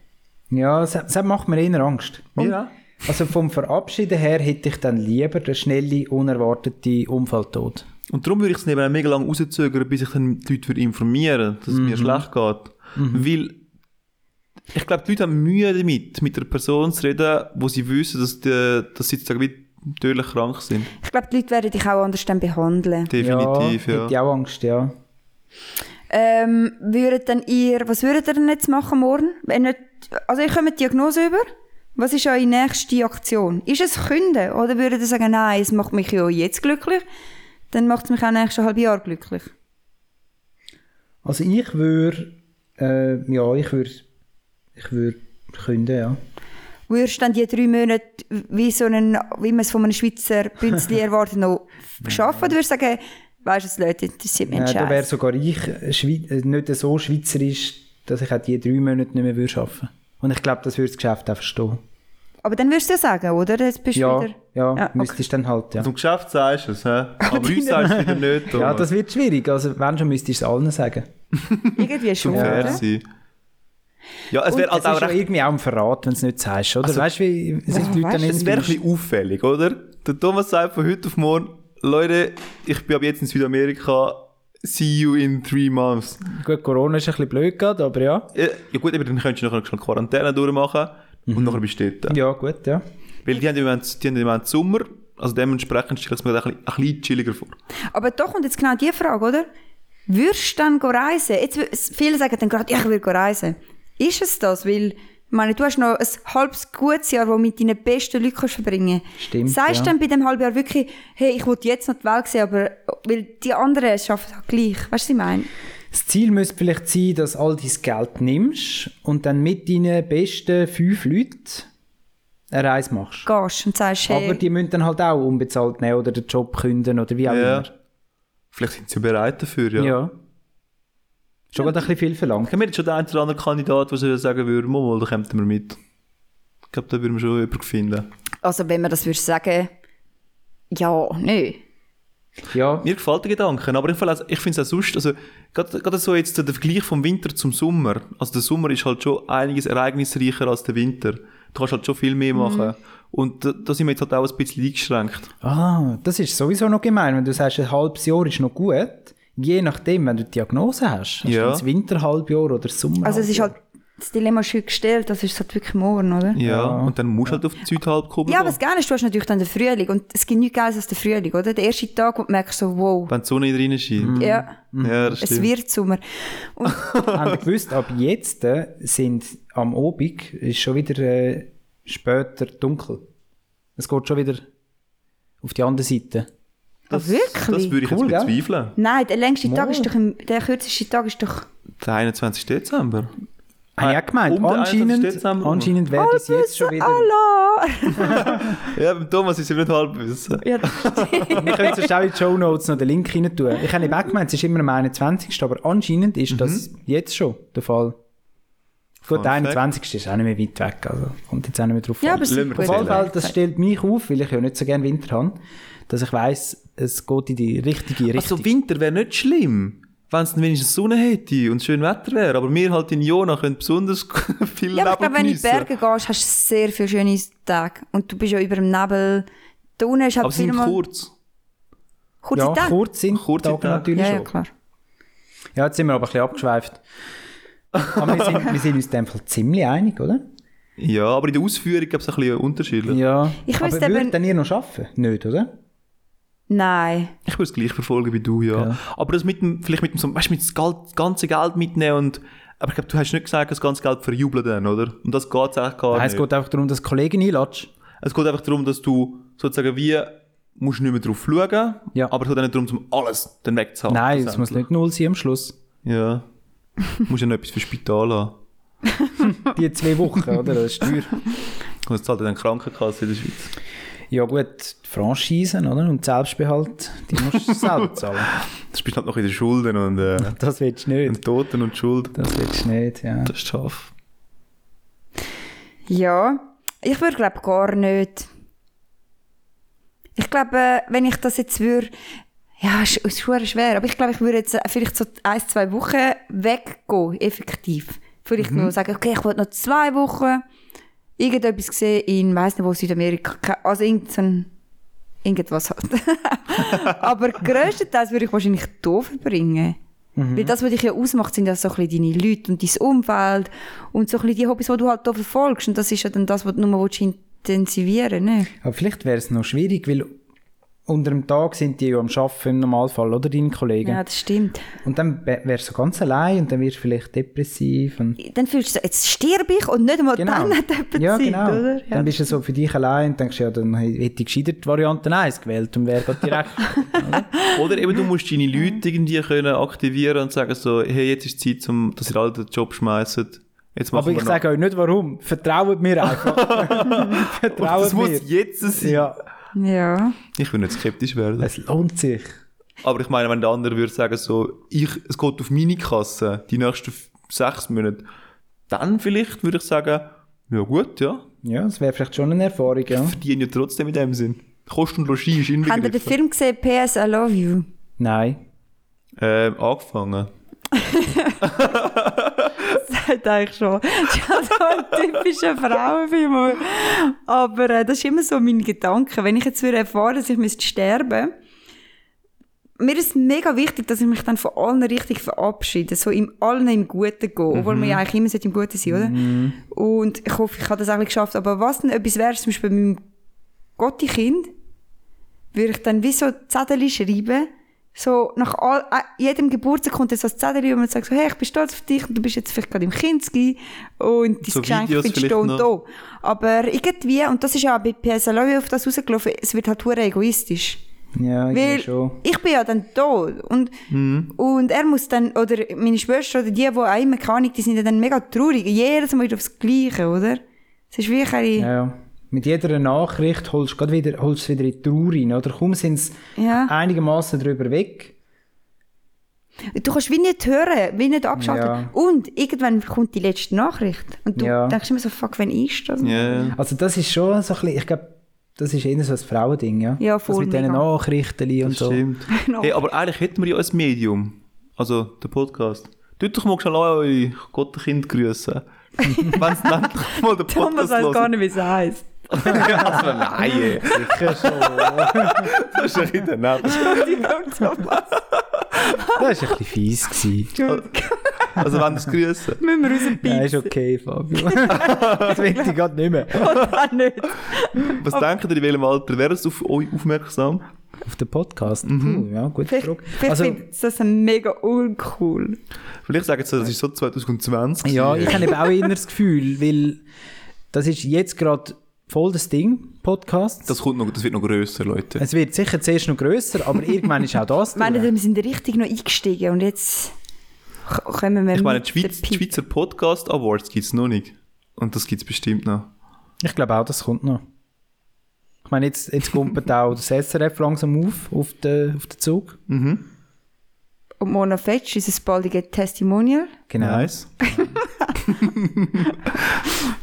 C: Ja, das, das macht mir eher Angst.
D: Ja.
C: Also vom Verabschieden her hätte ich dann lieber den schnellen, unerwarteten Unfalltod.
D: Und darum würde ich es eben auch mega lange rauszögern, bis ich dann die Leute würde informieren dass es
C: Mhm.
D: mir schlecht geht. Weil ich glaube, die Leute haben Mühe damit, mit einer Person zu reden, wo sie wissen, dass, die, dass sie jetzt irgendwie tödlich krank sind.
E: Ich glaube, die Leute werden dich auch anders dann behandeln.
D: Definitiv,
C: ja.
D: ja.
C: Hätte ich auch Angst, ja.
E: Ähm, würdet denn ihr, was würdet ihr denn jetzt machen morgen? Wenn nicht, also ihr kommt die Diagnose über. Was ist eure nächste Aktion? Ist es künden? Oder würdet ihr sagen, nein, es macht mich ja jetzt glücklich, dann macht es mich auch nächstes halbe Jahr glücklich.
C: Also ich würde, äh, ja, ich würde, ich würde künden, ja.
E: Würdest du dann die drei Monate, wie, so einen, wie man es von einem Schweizer Bünzli erwartet, noch schaffen? Oder würdest du sagen, weißt du, es Leute interessiert mich
C: Äh,
E: nicht.
C: da wäre
E: Äh,
C: sogar ich äh, Schwe äh, nicht so schweizerisch, dass ich auch die drei Monate nicht mehr würde arbeiten würde. Und ich glaube, das würde das Geschäft auch verstehen.
E: Aber dann würdest du ja sagen, oder? Jetzt bist du
C: Ja,
E: wieder...
C: ja,
E: Ja,
C: müsstest du dann halt, ja.
D: Zum Geschäft sagst du es, hä? aber uns sagst du es wieder nicht.
C: Ja,
D: Thomas.
C: das wird schwierig. Also wenn schon, müsstest du es allen sagen.
E: Irgendwie schon,
D: fair
E: oder?
D: sein. Ja, es wäre
C: Und
D: halt
C: es
D: auch
C: ist ja
D: recht,
C: irgendwie auch ein Verrat, wenn du es nicht sagst, oder?
D: Also-
C: weißt du, wie wie sind die Leute
E: weißt
C: dann
E: du,
D: es wäre ein
C: enttäuscht?
D: bisschen auffällig, oder? Der Thomas sagt von heute auf morgen, Leute, ich bin ab jetzt in Südamerika, see you in three months.
C: Gut, Corona ist ein bisschen blöd gerade, aber ja.
D: Ja, Äh, ja gut, aber dann könntest du nachher schon Quarantäne durchmachen und nachher bist du dort.
C: Ja, gut, ja.
D: Weil die haben im Moment, die haben im Moment Sommer, also dementsprechend stelle ich es mir ein bisschen, ein bisschen chilliger vor.
E: Aber doch, und jetzt genau die Frage, oder? Würdest du dann go reisen? Jetzt, wür- s- viele sagen dann gerade, ja, ich will go reisen. Ist es das? Weil, ich meine, du hast noch ein halbes gutes Jahr, wo du mit deinen besten Leuten kannst verbringen
C: Stimmt,
E: Sagst du
C: ja.
E: dann bei dem halben Jahr wirklich, hey, ich wollte jetzt noch die Welt sehen, aber weil die anderen schaffen es halt gleich. Weißt du, was ich meine?
C: Das Ziel müsste vielleicht sein, dass all dein Geld nimmst und dann mit deinen besten fünf Leuten eine Reise machst.
E: Gehst und sagst, hey,
C: Aber die müssen dann halt auch unbezahlt nehmen oder den Job künden oder wie auch
D: Ja.
C: immer.
D: Vielleicht sind sie bereit dafür, ja.
C: Ja. Schon gerade ein bisschen viel verlangt.
D: Ich habe mir jetzt schon den einen oder anderen Kandidat, der sagen würde, Momo, da kommt wir mit. Ich glaube, da würden wir schon jemanden finden.
E: also wenn man das würde sagen, ja, nö.
C: Ja,
D: Mir gefällt der Gedanke, aber ich, finde auch- ich finde es auch sonst, also gerade gerade so jetzt der Vergleich vom Winter zum Sommer, also der Sommer ist halt schon einiges ereignisreicher als der Winter. Du kannst halt schon viel mehr machen. Und da, da sind wir jetzt halt auch ein bisschen eingeschränkt.
C: Ah, das ist sowieso noch gemein, wenn du sagst, ein halbes Jahr ist noch gut. Je nachdem, wenn du die Diagnose hast. Hast
D: Ja.
C: du das Winterhalbjahr oder das Sommer?
E: Also es ist halt das Dilemma schön gestellt, das ist halt wirklich morgen, oder?
D: Ja, und dann musst du halt auf die Südhalbkugel
E: Ja,
D: gehen.
E: aber das Geile ist, du hast natürlich dann den Frühling und es gibt nichts Geiles als den Frühling, oder? Der erste Tag, wo du merkst so, wow,
D: Wenn die Sonne drin scheint.
E: ja,
D: Mhm. Ja, das
E: es
D: stimmt.
E: wird Sommer. Und
C: Haben wir gewusst, ab jetzt äh, sind am Obig ist schon wieder äh, später dunkel. Es geht schon wieder auf die andere Seite.
E: Ah, wirklich?
D: Das würde ich
C: Cool,
D: jetzt
C: gell?
D: bezweifeln.
E: nein, der längste Tag
C: Mal.
E: ist doch, im, der kürzeste Tag ist doch,
D: Der 21. Dezember.
C: Habe ich auch gemeint.
D: um den 21.
C: anscheinend
D: Dezember rum.
C: anscheinend wäre das jetzt schon
E: Ah,
C: wieder.
E: hallo!
D: Ja, beim Thomas ist es nicht halb wissen.
E: ja, das stimmt.
C: Wir können sonst auch in die Show Notes noch den Link rein tun. Ich habe nicht auch gemeint, es ist immer am 21. Aber anscheinend ist das jetzt schon der Fall. Gut,
D: Mhm. Fun
C: der 21. ist auch nicht mehr weit weg. Also kommt jetzt auch nicht mehr drauf
E: ja,
C: an.
E: aber es
D: Lassen
E: ist
D: wir
E: gut.
C: Auf jeden Fall,
D: erzählen.
C: das stellt mich auf, weil ich ja nicht so gerne Winter habe, dass ich weiss, es geht in die richtige Richtung.
D: Also Winter wäre nicht schlimm, wenn es wenigstens Sonne hätte und schön Wetter wäre. Aber wir halt in Jona können besonders viel
E: Ja, aber
D: Leben
E: ich glaube, wenn du in die
D: geniessen.
E: Berge gehst, hast du sehr viele schöne Tage. Und du bist ja über dem Nebel. Da unten ist halt
D: aber sie sind
E: mal-
D: kurz.
E: Kurze
C: ja,
E: Tage.
C: kurz sind
D: Kurze
C: Tage
D: Tage.
C: natürlich
E: ja, ja,
C: schon.
E: klar.
C: Ja, jetzt sind wir aber ein bisschen abgeschweift. Aber wir sind, wir sind uns in dem Fall ziemlich einig, oder?
D: Ja, aber in der Ausführung gibt es ein bisschen Unterschiede.
C: Ja.
E: Ich
C: aber
E: wüsste
C: würdet
E: eben-
C: dann ihr noch arbeiten? Nicht, oder?
E: Nein.
D: Ich würde es gleich verfolgen wie du, ja. Aber das mit dem, vielleicht mit dem, so, weißt, du, mit dem Geld, ganze Geld mitnehmen und, aber ich glaube, du hast nicht gesagt, das ganze Geld verjubeln dann, oder? Und das geht eigentlich gar
C: Nein,
D: nicht.
C: es geht einfach darum, dass die Kollegen einlatscht.
D: Es geht einfach darum, dass du sozusagen wie, musst nicht mehr drauf schauen,
C: Ja.
D: aber es geht auch nicht darum, zum alles dann wegzuhaben.
C: Nein, es muss nicht null sein am Schluss.
D: Ja. musst ja noch etwas für Spital haben.
C: Die zwei Wochen, oder? Das ist teuer.
D: Und das zahlt dann die Krankenkasse in der Schweiz.
C: Ja gut, die Franchisen, oder? Und Selbstbehalt, die musst du selber zahlen.
D: Das bist halt noch in den Schulden und äh,
C: Das willst du nicht.
D: den Toten und Schulden.
C: Das willst du nicht, ja.
D: Das ist scharf.
E: Ja. Ich würde, glaube gar nicht. Ich glaube, äh, wenn ich das jetzt würde. Ja, es ist, es ist verdammt schwer. Aber ich glaube, ich würde jetzt äh, vielleicht so ein, zwei Wochen weggehen, effektiv. Vielleicht nur sagen, okay, ich wollte noch zwei Wochen irgendetwas sehen in, weiss nicht wo, Südamerika. Ke- Also irgendein, irgendwas halt. Aber grösstenteils würde ich wahrscheinlich hier verbringen. Weil das, was dich ja ausmacht, sind ja so ein bisschen deine Leute und dein Umfeld und so ein bisschen die Hobbys, die du halt hier verfolgst. Und das ist ja dann das, was du nur willst intensivieren ne? willst.
C: Aber vielleicht wäre es noch schwierig, weil unter dem Tag sind die ja am Arbeiten im Normalfall, oder? Deine Kollegen.
E: Ja, das stimmt.
C: Und dann wär- wärst du ganz allein und dann wirst du vielleicht depressiv. Und
E: Dann fühlst du so, jetzt stirb ich und nicht einmal
C: genau.
E: dann hat jemand
C: ja,
E: Zeit,
C: genau.
E: oder? Ja.
C: Dann bist du so für dich allein und denkst, ja, dann hätte ich gescheiter die Variante 1 gewählt und wäre gerade direkt.
D: Oder eben, du musst deine Leute irgendwie können aktivieren und sagen so, hey, jetzt ist die Zeit, um, dass ihr alle den Job schmeißt. Jetzt machen
C: Aber
D: wir
C: ich
D: noch.
C: sage euch nicht warum. Vertraut mir einfach.
D: Und
C: Vertraut
D: das
C: mir.
D: muss jetzt sein.
C: Ja,
E: ja.
D: Ich will nicht skeptisch werden.
C: es lohnt sich.
D: Aber ich meine, wenn der andere würde sagen so, ich, es geht auf meine Kasse die nächsten f- sechs Monate, dann vielleicht würde ich sagen, ja gut, ja,
C: Ja, es wäre vielleicht schon eine Erfahrung, ja.
D: verdienen ja trotzdem in dem Sinn. Kosten und Logis ist
E: Haben wir den
D: inbegriffen.
E: Film gesehen, PS I Love You?
C: Nein.
D: Ähm, angefangen.
E: sagt eigentlich schon. Das ist halt so ein typischer Frauenfilm. aber- Aber äh, das ist immer so mein Gedanke. Wenn ich jetzt würde erfahren, dass ich müsste sterben mir ist mega wichtig, dass ich mich dann von allen richtig verabschiede. So im allen im Guten gehen. Obwohl
D: Mhm.
E: man ja eigentlich immer sollte im Guten sein oder? Und ich hoffe, ich habe das eigentlich geschafft. Aber was denn etwas wäre, zum Beispiel bei meinem Gotti-Kind, würde ich dann wie so Zettel schreiben. So nach all, äh, jedem Geburtstag kommt dann so ein Zettel und man sagt so, hey, ich bin stolz auf dich und du bist jetzt vielleicht gerade im Kinski und dein
D: So
E: Geschenk
D: Videos
E: findest
D: vielleicht
E: du da und
D: noch.
E: da. Aber irgendwie, und das ist ja auch bei PSLO auf das rausgelaufen, es wird halt hure egoistisch.
C: Ja,
E: Weil
C: ich schon. Mhm.
E: ich bin ja dann da und, und er muss dann, oder meine Schwester oder die, die auch immer keine Ahnung, die sind ja dann mega traurig. Jedes Mal wieder aufs Gleiche, oder? Es ist wirklich ein...
C: Ja, ja. Mit jeder Nachricht holst du grad wieder, holst du es wieder in die Trauer rein, oder? Kaum sind sie
E: Ja.
C: einigermaßen drüber weg.
E: Du kannst wie nicht hören, wie nicht abschalten.
C: Ja.
E: Und irgendwann kommt die letzte Nachricht. Und du
C: Ja.
E: denkst immer so, fuck, wenn ist das?
D: Ja, ja.
C: Also das ist schon so ein bisschen, ich glaube, Das ist eher so ein Frauending, ja?
E: Ja,
C: Das
E: voll,
C: mit diesen
E: mega.
C: Nachrichten und so.
D: Stimmt.
E: Genau.
D: Hey, aber eigentlich hätten wir ja ein Medium. Also, der Podcast. Tut doch mal schon an eure Gottkind grüßen. Wenn es endlich mal den Podcast
E: Thomas weiß
D: hört.
E: gar nicht, wie es heisst.
D: Ja, also, nein, ey.
C: Sicher schon.
D: das ist ein bisschen nett.
E: Entschuldigung, Thomas.
C: Das war ein bisschen fies. Gewesen.
D: Also, wenn es grüßen.
E: Müssen wir unseren
C: Nein,
E: Beat
C: ist okay, Fabio. das will ich gerade nicht mehr.
E: auch nicht.
D: Was denkt ihr, in welchem Alter wäre es auf euch aufmerksam?
C: Auf den Podcast. Puh, ja, gute
E: Vielleicht,
C: Frage.
E: vielleicht
C: Also,
E: findet sie das mega uncool.
D: Vielleicht sagen sie, das ist so 2020.
C: ja, ich habe eben auch eher das Gefühl, weil das ist jetzt gerade voll das Ding, Podcasts.
D: Das, kommt noch, das wird noch grösser, Leute.
C: es wird sicher zuerst noch grösser, aber irgendwann ist auch das
E: Ich meine,
C: durch.
E: wir sind richtig noch eingestiegen und jetzt k- kommen wir
D: Ich meine,
E: mit
D: die, Schweiz,
E: der
D: die
E: Pi-
D: Schweizer Podcast Awards gibt es noch nicht. Und das gibt es bestimmt noch.
C: Ich glaube auch, das kommt noch. Ich meine, jetzt, jetzt kumpelt auch das SRF langsam auf, auf den, auf den Zug.
E: Und Mona Fetsch, unser baldiges Testimonial.
C: Genau.
D: Nice.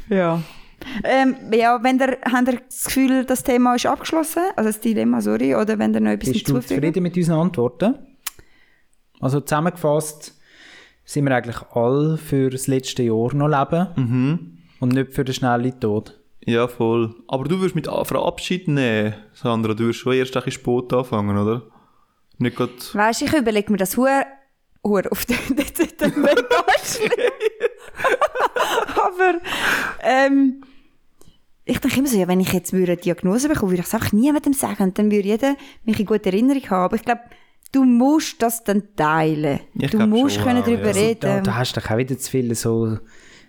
E: Ja. Ähm, ja, wenn ihr, habt ihr das Gefühl, das Thema ist abgeschlossen, also das Dilemma, sorry, oder wenn ihr noch etwas
C: Bist du
E: hinzufügt?
C: zufrieden mit unseren Antworten? Also zusammengefasst sind wir eigentlich alle für das letzte Jahr noch leben und nicht für den schnellen Tod.
D: Ja, voll. Aber du würdest mit A- Frau Abschied nehmen, Sandra. Du würdest schon erst ein bisschen spät anfangen, oder? Nicht gerade...
E: Weißt du, ich überlege mir das Huhr, Huhr auf den das ist dann mega schlimm. Aber ähm, ich denke immer so, ja, wenn ich jetzt würde eine Diagnose bekomme, würde ich es einfach niemandem sagen und dann würde jeder mich in gute Erinnerung haben. Aber ich glaube, du musst das dann teilen.
D: Ich
E: du
D: glaub
E: musst
D: schon,
E: können
D: auch,
E: darüber
D: ja. Also,
C: Da,
E: reden.
C: da hast du doch auch wieder zu viele so,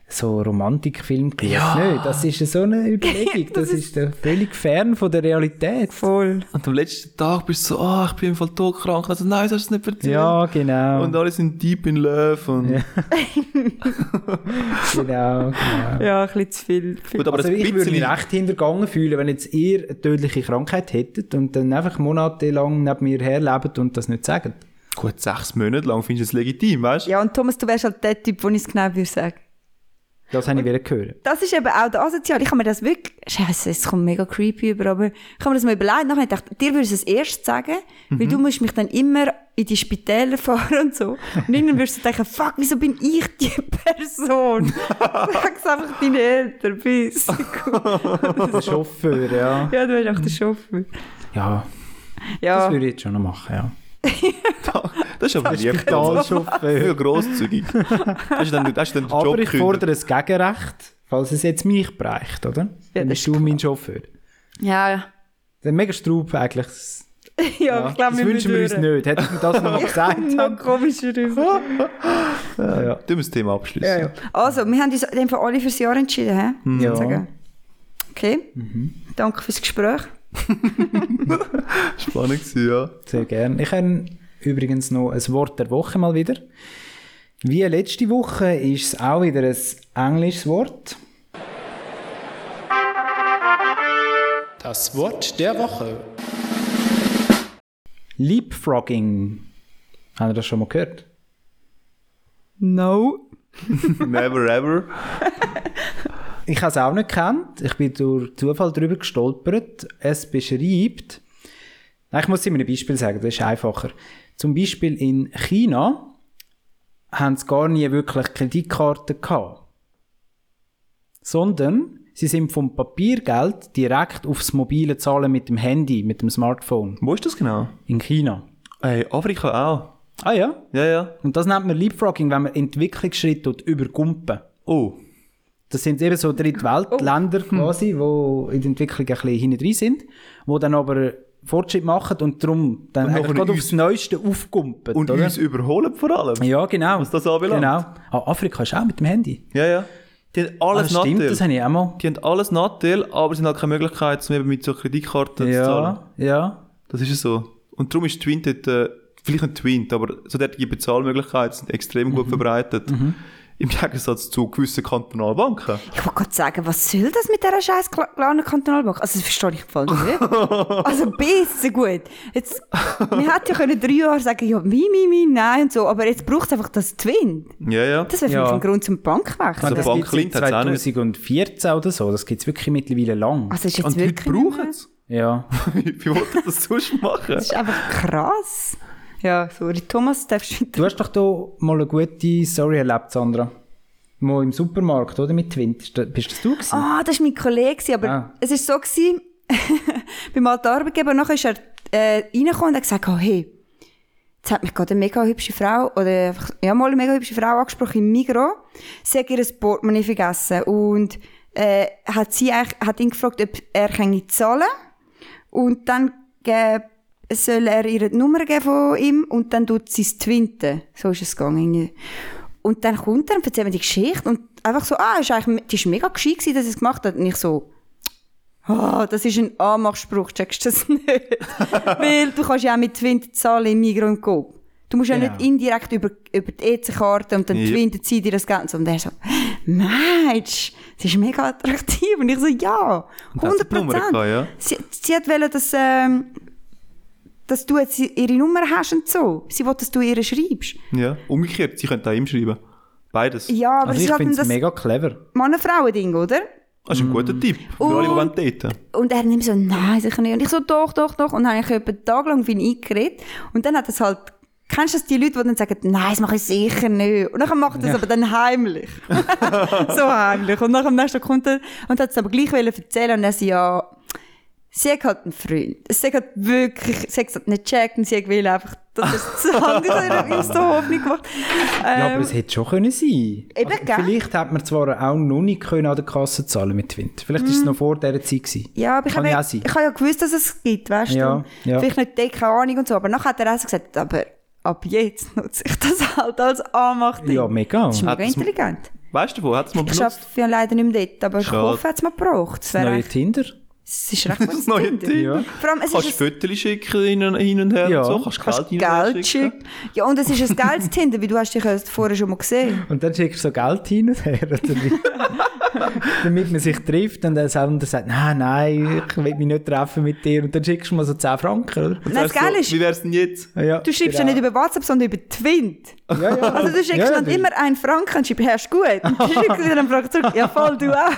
C: so Romantikfilme gemacht. Ja. Das ist so eine Überlegung. Das, ist doch völlig fern von der Realität.
E: Voll.
D: Und am letzten Tag bist du so, ah, ich bin im Fall todkrank. Also nein, das hast du nicht erzählt.
C: Ja, genau.
D: Und alle sind deep in love. Und
C: genau, genau.
E: Ja, ein bisschen zu viel.
D: Gut, aber
C: also
D: das
C: ich würde mich
D: bisschen-
C: recht hintergangen fühlen, wenn jetzt ihr eine tödliche Krankheit hättet und dann einfach monatelang neben mir herlebt und das nicht sagt.
D: Gut, sechs Monate lang findest du es legitim, weißt du?
E: Ja, und Thomas, du wärst halt der Typ, wo ich es genau würde sagen.
C: Das habe ich wieder gehört.
E: Das ist eben auch der Asozial. Ich habe mir das wirklich, Scheiße, es kommt mega creepy über, aber ich habe mir das mal überlegt. Nachher dachte ich, dir würde ich es erst sagen,
C: Mhm.
E: weil du musst mich dann immer in die Spitäler fahren und so. Und irgendwann wirst du denken, fuck, wieso bin ich die Person? Sag's einfach deinen Eltern, bis.
C: Der Chauffeur, ja.
E: Ja, du bist auch der Chauffeur.
C: Ja, das
E: Ja,
C: würde ich jetzt schon noch machen, ja.
D: Das ist aber lieb. Thomas. Viel
C: Spitalchauffeur.
D: grosszügig. hast du dann, hast du dann den Job
C: Aber ich
D: gekündigt?
C: fordere ein Gegenrecht, falls es jetzt mich bereicht, oder? Dann
E: das
C: bist
E: ist
C: du mein Chauffeur.
E: ja, ja.
C: Der mega Straub eigentlich.
E: ja, ich glaube,
C: das wünschen wir uns
E: müssen
C: nicht. Hätten wir das nochmal gesagt.
E: durch. Noch komischer rüber.
D: Du musst das Thema abschließen.
C: Ja, ja.
E: Also, wir haben uns in dem Fall alle fürs Jahr entschieden, hä?
C: Ja. Mhm.
E: Sagen. Okay. Danke fürs Gespräch.
D: Spannend gewesen, ja.
C: Sehr gerne. Ich habe übrigens noch ein Wort der Woche mal wieder. Wie letzte Woche ist es auch wieder ein englisches Wort.
F: Das Wort der Woche.
C: Leapfrogging. Habt ihr das schon mal gehört?
E: No.
D: Never ever.
C: Ich habe es auch nicht gekannt. Ich bin durch Zufall drüber gestolpert. Es beschreibt. Nein, ich muss es in einem Beispiel sagen, das ist einfacher. Zum Beispiel in China haben sie gar nie wirklich Kreditkarten gehabt. Sondern sie sind vom Papiergeld direkt aufs mobile Zahlen mit dem Handy, mit dem Smartphone.
D: Wo ist das genau?
C: In China.
D: Ey, Afrika auch.
C: Ah ja.
D: Ja, ja.
C: Und das nennt man Leapfrogging, wenn man Entwicklungsschritte dort übergumpen.
D: Oh.
C: Das sind eben so
E: Oh.
C: Drittweltländer
E: Hm.
C: quasi, wo in der Entwicklung ein bisschen hinten drin sind, wo dann aber Fortschritt machen und darum dann
D: Und
C: eigentlich
D: nachher
C: gerade
D: uns-
C: aufs Neueste aufgumpen.
D: Und
C: oder?
D: uns überholen vor allem.
C: ja, genau.
D: was das anbelangt.
C: Genau. Ah, Afrika ist auch mit dem Handy.
D: Ja, ja. Die haben
C: Ah,
D: alles
C: das stimmt,
D: Nachteil.
C: das habe ich auch mal.
D: Die haben alles Nachteil, aber sie haben halt keine Möglichkeit, zum eben mit so Kreditkarten zu zahlen. Also
C: Ja, ja.
D: Das ist ja so. Und darum ist Twint dort, äh, vielleicht nicht Twint, aber so derartige Bezahlmöglichkeiten sind extrem
C: Mhm.
D: gut verbreitet. Im Gegensatz zu gewissen Kantonalbanken.
E: Ich wollte gerade sagen, was soll das mit dieser scheiß Kla- kleinen Kantonalbank? Also, das verstehe ich voll nicht. also, bisschen gut. Jetzt, wir hätten ja können drei Jahre sagen, ja, mi, mi, mi, nein und so, aber jetzt braucht es einfach das Twin.
D: Ja, ja.
E: Das wäre
C: Ja.
E: vielleicht ein Grund zum Bankwechsel.
D: Also,
E: Also,
C: das
D: Bank
C: gibt's seit
D: Lind hat's auch nicht.
C: 2014 oder so. Das gibt es wirklich mittlerweile lang.
E: Also, ist jetzt
D: Und die Leute
E: wirklich. nicht mehr-
D: brauchen es.
C: Ja.
D: Wie wie wollte ich das sonst machen?
E: Das ist einfach krass. Ja, sorry. Thomas, darfst du
C: Du hast doch da mal eine gute Story erlebt, Sandra. Mal im Supermarkt, oder? Mit Twint. Ist das- Bist das du gewesen?
E: Ah, das war mein Kollege, gewesen, aber
C: Ah.
E: es war so, gewesen, beim alten Arbeitgeber, nachher ist er äh, reingekommen und hat gesagt, oh, hey, jetzt hat mich gerade eine mega hübsche Frau, oder einfach, ja mal eine mega hübsche Frau angesprochen im Migro, sie hat ihr Portemonnaie vergessen und äh, hat, sie eigentlich, hat ihn gefragt, ob er kann zahlen und dann äh, soll er ihr die Nummer geben von ihm und dann tut sie es twinten. So ist es gegangen. irgendwie. Und dann kommt er und erzählt mir die Geschichte und einfach so, ah, ist eigentlich, die ist mega gescheit gewesen, dass sie es gemacht hat. Und ich so, ah, das ist ein Anmachspruch, checkst du das nicht? Weil du kannst ja auch mit Twinten zahlen im Migros und Coop. Du musst ja
C: Genau.
E: nicht indirekt über, über die EC-Karte und dann
D: Yep.
E: twinten sie dir das Ganze. Und er so, Mensch, das ist mega attraktiv. Und ich so, ja,
D: dann hat sie
E: 100
D: die Nummer
E: Prozent.
D: gehabt, ja?
E: Sie, sie hat wollen, dass, ähm, dass du jetzt ihre Nummer hast und so. Sie wollte, dass du ihr schreibst.
D: Ja. Umgekehrt, sie könnten auch ihm schreiben. Beides.
E: Ja, aber
C: also
E: sie
C: ich
E: hat dann
C: finde
E: das
C: es mega clever.
E: Mann-Frauen-Ding, oder?
D: Das ist ein
C: Mhm.
D: guter Tipp. Für alle, die
E: Und-
D: wollen daten
E: Und er nimmt so, nein, sicher nicht. Und ich so, doch, doch, doch. Und dann habe ich etwa einen Tag lang bin ich eingeredet. Und dann hat das halt, kennst du das, die Leute, die dann sagen, nein, das mache ich sicher nicht. Und dann macht er das aber dann heimlich. so heimlich. Und dann am nächsten Tag kommt er und hat es aber gleich wollen erzählen. Und er so, ja, sie hat halt einen Freund. Sie hat halt wirklich, sie hat es halt nicht gecheckt und sie will einfach, dass er es zu Hand hat. Ich habe so Hoffnung gemacht. Ähm,
C: ja, aber es hätte schon können sein.
E: eben, gell?
C: vielleicht hätte man zwar auch noch nicht können an der Kasse zahlen mit Twint. Vielleicht war es noch vor dieser Zeit. Gewesen.
E: Mhm. Ja, aber ich
C: Kann
E: habe
C: ja
E: ja,
C: auch sein.
E: ich habe ja gewusst, dass es gibt, weißt
C: Ja,
E: du?
C: ja.
E: Vielleicht nicht die keine Ahnung und so, aber nachher hat er auch so gesagt, aber ab jetzt nutze ich das halt als Anmachtding.
C: Ja, mega.
E: Das ist mega
D: Hat das-
E: intelligent.
D: Weißt du, wo hat es mal
E: Ich
D: benutzt?
E: arbeite ja leider nicht mehr dort, aber ich
D: Schade.
E: hoffe, hat es mal gebraucht. Es wäre
C: Neue
E: echt-
C: Tinder.
E: es ist recht gut.
D: Das neue
E: Tinder.
D: Tinder.
C: Ja.
E: Vor allem, es
D: Kannst
E: ist ein
D: Fotos schicken hin und- hin und her
C: Ja.
D: und so, kannst Geld hin und her
E: Geld
D: schicken.
E: schick. Ja, und es ist ein geiles Tinder, weil du hast dich ja vorher schon mal gesehen.
C: Und dann schickst du so Geld hin und her. oder wie? Damit man sich trifft und dann selber sagt, nein, nein, ich will mich nicht treffen mit dir. Und dann schickst du mal so 10 Franken, oder?
E: Nein, das
D: Weißt du,
E: Geile ist,
D: Wie wär's denn jetzt?
C: Ja,
E: du schreibst ja
C: genau.
E: nicht über WhatsApp, sondern über Twint.
C: Ja, ja.
E: Also du schickst
C: Ja, ja,
E: dann
C: du-
E: immer einen Franken und schreibst, hast du gut? Und du schickst wieder einen Franken zurück, ja voll, du auch.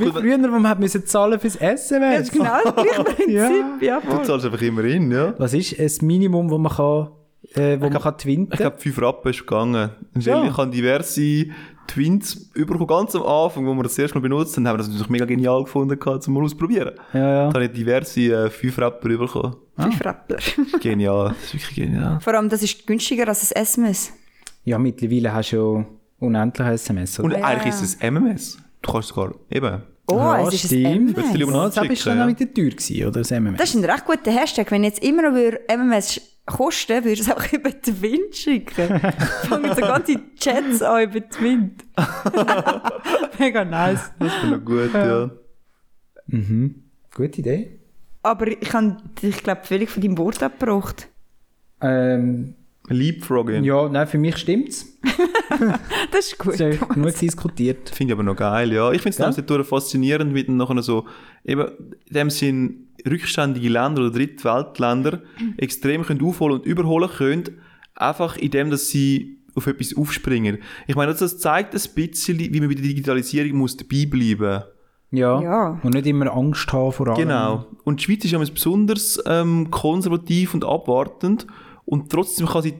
C: Wie früher, wo man hat müssen zahlen fürs
E: Ja,
C: SMS.
E: das ist genau das gleiche Prinzip. Ja.
D: Du
E: voll.
D: zahlst einfach immer hin, ja?
C: Was ist das Minimum, wo man kann, äh, wo man kann twinten?
D: Ich glaube, fünf Rappen ist gegangen.
C: Ja.
D: Ja. Ich habe diverse Twins überkommen, ganz am Anfang, wo wir das erste Mal benutzt haben, haben wir das natürlich mega genial gefunden, um mal auszuprobieren.
C: ja,
D: Da
C: ja.
D: habe ich diverse äh, fünf Rapper überkommen.
E: Fünf Rappler.
D: Genial, das ist wirklich genial.
E: Ah. Vor allem, das ist günstiger als ein SMS.
C: ja, mittlerweile hast du ja unendliche SMS.
D: Und
C: Oder?
D: eigentlich ist es MMS. Du kannst sogar, eben,
E: Oh,
C: Ja,
E: es ist ein
C: stimmt.
E: MMS.
D: Bisschen
C: Ja, das war
D: schicken,
C: dann auch
D: ja.
C: wieder teuer, gewesen, oder? Das MMS.
E: Das ist ein recht guter Hashtag. Wenn jetzt immer noch würde MMS kosten, würde es auch über die Wind schicken. Fangen so ganze Chats an über die Wind. Mega nice.
D: Das ist noch gut, ja.
C: Gute Idee.
E: Aber ich habe dich, glaube ich, völlig von deinem Wort abgebracht.
C: Ähm,
D: Leapfrogging.
C: ja, nein, für mich stimmt's.
E: Das ist gut.
C: Es ist genug diskutiert.
D: Finde ich aber noch geil, ja. Ich finde es
C: Ja.
D: ja. natürlich faszinierend, wie dann nachher so, eben, in dem Sinn, rückständige Länder oder Drittweltländer extrem können aufholen und überholen können, einfach indem, dass sie auf etwas aufspringen. Ich meine, das- das zeigt ein bisschen, wie man bei der Digitalisierung muss dabei bleiben
C: Ja.
E: Ja.
C: Und nicht immer Angst haben vor allem.
D: Genau. Und die Schweiz ist ja immer besonders ähm, konservativ und abwartend und trotzdem kann sie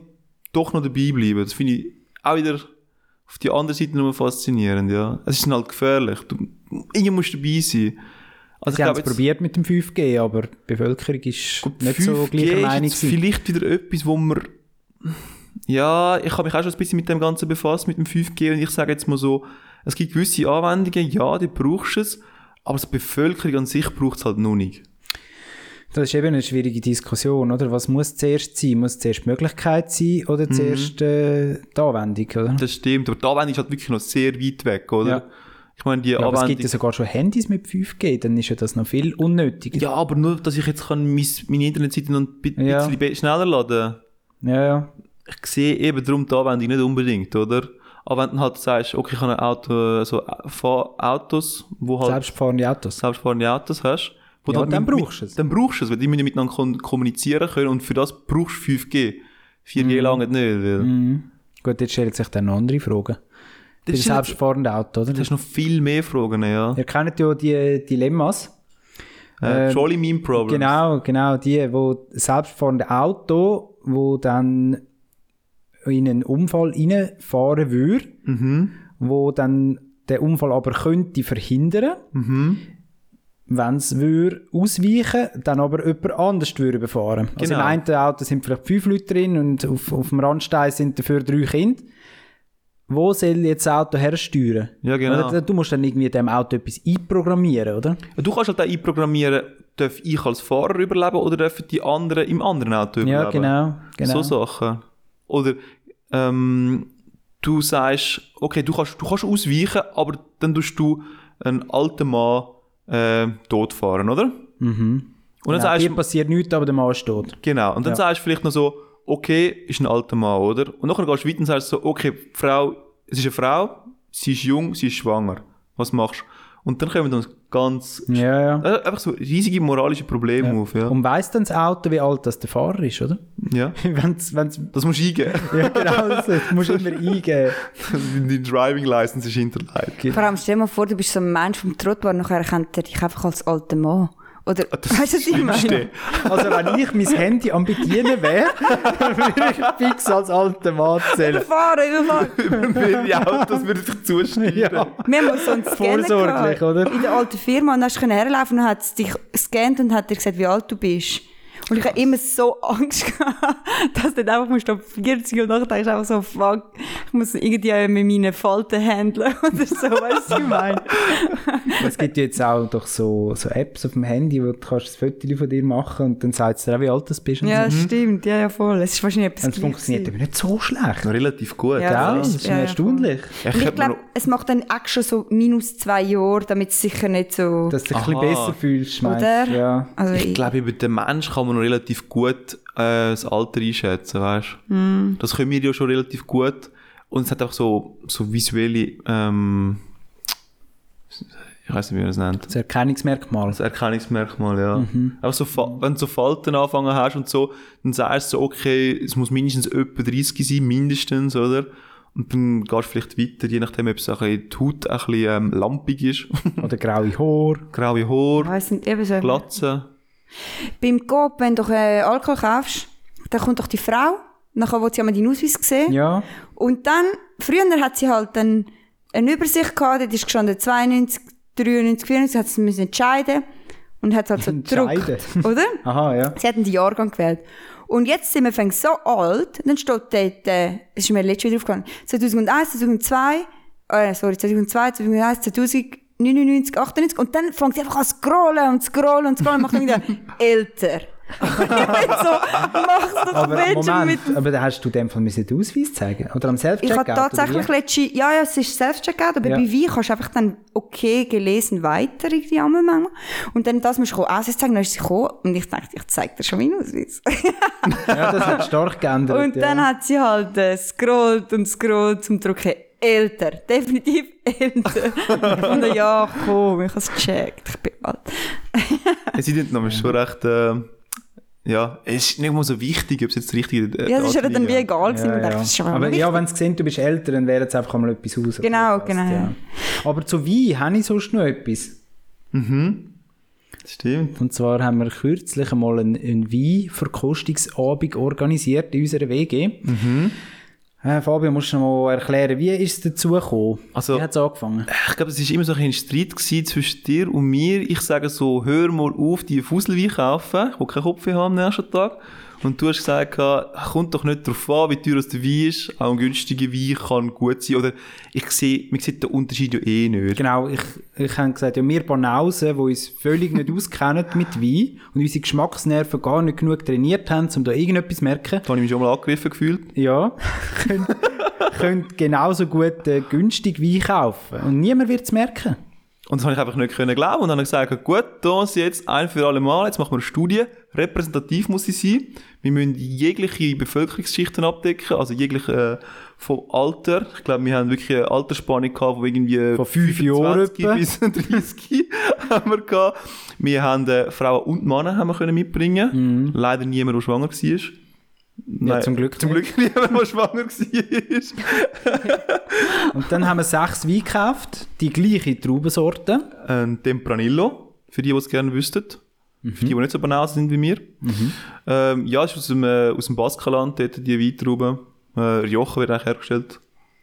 D: doch noch dabei bleiben. Das finde ich auch wieder auf die andere Seite nochmal faszinierend, ja. Es ist dann halt gefährlich. Du, irgendwie musst du dabei sein. Also
C: Sie haben es
D: jetzt-
C: probiert mit dem 5G, aber die Bevölkerung ist
D: Gut,
C: nicht so
D: 5G
C: gleicher
D: ist
C: Meinung.
D: jetzt
C: gewesen.
D: Vielleicht wieder etwas, wo man. Ja, ich habe mich auch schon ein bisschen mit dem Ganzen befasst, mit dem 5G. Und ich sage jetzt mal so, es gibt gewisse Anwendungen, ja, die brauchst du es, aber die Bevölkerung an sich braucht es halt noch nicht.
C: Das ist eben eine schwierige Diskussion, oder? Was muss zuerst sein? Muss zuerst die Möglichkeit sein oder zuerst äh, die Anwendung, oder?
D: Das stimmt, aber Mhm. die Anwendung ist halt wirklich noch sehr weit weg, oder?
C: Ja.
D: Ich meine, die
C: Ja, aber es
D: Anwendung...
C: gibt ja sogar schon Handys mit 5G, dann ist ja das noch viel unnötiger.
D: ja, aber nur, dass ich jetzt kann mein, meine Internetseite noch ein bi-
C: Ja.
D: bisschen be- schneller laden
C: ja. ja.
D: Ich sehe eben darum die Anwendung nicht unbedingt, oder? Aber wenn du halt sagst, okay, ich habe ein Auto, so Fahr- Autos, wo halt
C: Selbstfahrende Autos.
D: selbstfahrende Autos hast... Wo
C: Ja,
D: du halt
C: dann
D: mit- mit-
C: brauchst du es.
D: Dann brauchst du es, weil die müssen ja miteinander kon- kommunizieren können und für das brauchst du 5G.
C: Mhm.
D: 4G lange nicht, weil...
C: Gut, jetzt stellt sich dann noch andere Fragen. Bei
D: Das
C: den
D: ist ja-
C: selbstfahrenden Auto, oder?
D: Du hast noch viel mehr Fragen, ja.
C: Ihr kennt ja die Dilemmas.
D: Äh,
C: Ähm,
D: Trolley Meme Problems.
C: Genau, genau, die, wo selbstfahrende Auto, wo dann in einen Unfall reinfahren würde,
D: Mhm.
C: wo dann der Unfall aber könnte verhindern,
D: Mhm.
C: wenn es würde ausweichen, dann aber jemand anders würde überfahren. Also im
D: Genau.
C: einen Auto sind vielleicht fünf Leute drin und auf, auf dem Randstein sind dafür drei Kinder. Wo soll jetzt das Auto hersteuern?
D: Ja, genau.
C: Oder du musst dann irgendwie dem Auto etwas einprogrammieren, oder?
D: Du kannst halt auch einprogrammieren, darf ich als Fahrer überleben oder dürfen die anderen im anderen Auto überleben?
C: Ja, genau. genau.
D: So Sachen. Oder ähm, du sagst, okay, du kannst, du kannst ausweichen, aber dann tust du einen alten Mann äh, totfahren, oder? Und dann
C: Genau,
D: sagst
C: dir
D: du,
C: passiert nichts, aber der Mann steht.
D: genau, und dann
C: Ja.
D: sagst du vielleicht noch so, okay, ist ein alter Mann, oder? Und nachher gehst du weiter und sagst so, okay, die Frau, es ist eine Frau, sie ist jung, sie ist schwanger. Was machst du? Und dann kommen dann ganz,
C: Ja, ja.
D: äh, einfach so riesige moralische Probleme auf, ja.
C: Und weiss dann das Auto, wie alt das der Fahrer ist, oder?
D: ja.
C: wenn's, wenn's,
D: Das musst du eingeben.
C: ja, genau, das musst du immer eingeben.
D: Die Driving License ist hinterlegt.
E: Vor allem stell dir mal vor, du bist so ein Mensch vom Trottoir, nachher erkennt er dich einfach als alter Mann. Oder, weißt du, was ich meine?
D: Verstehe.
C: Also wenn ich mein Handy am Bedienen wäre, würde ich fix als alter Mann zählen.
E: Fahren, überfahren.
D: die Autos würden sich zuschneiden.
C: Ja.
E: Wir haben mal so einen Scanner
C: Vorsorglich,
E: gehabt.
C: oder?
E: In der alten Firma. Und dann hast du herlaufen und dann hat es dich gescannt und hat dir gesagt, wie alt du bist. Und ich habe immer so Angst gehabt, dass du dann einfach musst ab 40 und nachher denkst du einfach so, fuck, ich muss irgendwie mit meinen Falten handeln oder so, weißt du, was ich meine?
C: Es gibt jetzt auch doch so, so Apps auf dem Handy, wo du kannst ein Foto von dir machen und dann sagt es dir auch, wie alt du bist. Und
E: Ja,
C: so.
E: stimmt, ja, ja, voll. Es ist wahrscheinlich etwas
C: Und Mhm. es funktioniert aber nicht so schlecht. Ja,
D: Relativ gut.
E: Ja.
C: Gell?
E: das
C: Das
E: ist-
C: ist
E: ja, ja,
C: erstaunlich.
D: Ich
E: Ich, ich
D: könnte mir
E: glaube,
D: noch-
E: es macht dann auch schon so minus zwei Jahre, damit es sicher nicht so...
C: Dass du dich ein
D: Aha.
C: bisschen besser fühlst, meinst
E: Oder?
C: du? Ja.
E: also
D: ich glaube, über den Mensch kann man noch relativ gut äh, das Alter einschätzen, weißt du?
E: Hm.
D: Das können wir ja schon relativ gut. Und es hat auch so, so visuelle, ähm, ich weiß nicht, wie man es nennt.
C: Das Erkennungsmerkmal.
D: Das Erkennungsmerkmal, ja. Einfach so, Fa- wenn du so Falten anfangen hast und so, dann sagst du so, okay, es muss mindestens etwa 30 sein, mindestens, oder? Und dann gehst du vielleicht weiter, je nachdem, ob es ein bisschen die Haut ein bisschen ähm, lampig ist.
C: Oder graue Haar.
D: Graue Haare,
E: weiss nicht, eben so.
D: Glatze.
E: Beim Coop, wenn du äh, Alkohol kaufst, dann kommt doch die Frau, nachher will sie einmal deinen Ausweis sehen.
C: Ja.
E: Und dann, früher hat sie halt dann eine Übersicht gehabt, dort ist gestanden 92, 93, 94, hat sie müssen entscheiden und hat halt so
C: Entscheiden.
E: gedruckt, oder?
C: Aha, ja.
E: Sie hatten den Jahrgang gewählt. Und jetzt sind wir fängt so alt, dann steht dort, äh, es ist mir letztes wieder aufgegangen, 2001, 2002, äh, sorry, 2002, 2001, 2099, 98 und dann fängt sie einfach an zu scrollen und zu scrollen und zu scrollen und macht dann wieder älter. Und ich bin so, mach's doch
C: Aber
E: Menschen mit
C: Moment, aber da hast du in dem Fall müssen den Ausweis zeigen oder am Self-Checkout?
E: ich habe
C: oder
E: tatsächlich
C: wie?
E: letzte, ja, ja, es ist Self-Checkout, aber
C: Ja.
E: bei Wein kannst du einfach dann okay gelesen weiter irgendwie einmal manchmal. Und dann das musst du kommen, Ausweis zeigen, dann ist sie gekommen und ich dachte, ich zeig dir schon meinen Ausweis.
C: Ja, das hat stark geändert.
E: und dann
C: ja.
E: hat sie halt äh, scrollt und scrollt zum Drucken. Älter, definitiv älter. und dann, ja, komm, ich habe es gecheckt, ich bin alt.
D: Es sind nochmal schon recht, äh, ja, es ist nicht mal so wichtig, ob es jetzt richtig äh,
E: Ja, es ist ihr dann wie
D: Daten-
E: egal gewesen.
C: ja,
E: ich dachte,
C: ja.
E: das ist schon
C: Aber
E: wichtig.
C: ja, wenn sie sehen, du bist älter, dann wäre jetzt einfach mal etwas raus.
E: Genau,
C: Ja.
E: genau, ja.
C: Aber zu Wein habe ich sonst noch etwas.
D: Stimmt.
C: Und zwar haben wir kürzlich einmal einen, einen Weinverkostungsabend organisiert in unserer WG. Äh, Fabio, musst du noch mal erklären, wie ist es dazu gekommen?
D: Also-
C: wie hat es angefangen?
D: Ich glaube, es war immer so ein Streit gewesen zwischen dir und mir. Ich sage so, hör mal auf, die Fusselwein kaufen. Ich will keinen Kopf haben am nächsten Tag. Und du hast gesagt, «Ach, kommt doch nicht darauf an, wie teuer es der Wein ist. Auch ein günstiger Wein kann gut sein. Oder ich sehe, man sieht den Unterschied ja eh nicht.
C: Genau, ich, ich habe gesagt, ja, wir Banausen, die uns völlig nicht auskennen mit Wein und unsere Geschmacksnerven gar nicht genug trainiert haben, um da irgendetwas zu merken,
D: Da habe ich mich schon mal angegriffen gefühlt.
C: ja, können, können genauso gut äh, günstig Wein kaufen. Und niemand wird es merken.
D: Und das habe ich einfach nicht können glauben. Und dann habe ich gesagt, gut, das jetzt ein für alle Mal, jetzt machen wir eine Studie. Repräsentativ muss sie sein. Wir müssen jegliche Bevölkerungsschichten abdecken, also jegliche äh, vom Alter. Ich glaube, wir haben wirklich eine Altersspanne gehabt, wo irgendwie
C: Von fünf Jahren
D: 25 bis 30 haben wir gehabt. Wir haben äh, Frauen und Männer haben wir können mitbringen. Leider niemand, der schwanger war. Nein,
C: zum Mhm. Glück
D: Zum Glück niemand, der schwanger war.
C: Und dann haben wir sechs Wein gekauft, die gleiche Traubensorte.
D: ein Tempranillo, für die, die es gerne wüssten. Für die, die nicht so banal sind wie mir. Ähm, ja, ist aus dem, äh, aus dem Baskenland, dort die Weintrauben. Äh, Jochen wird eigentlich hergestellt.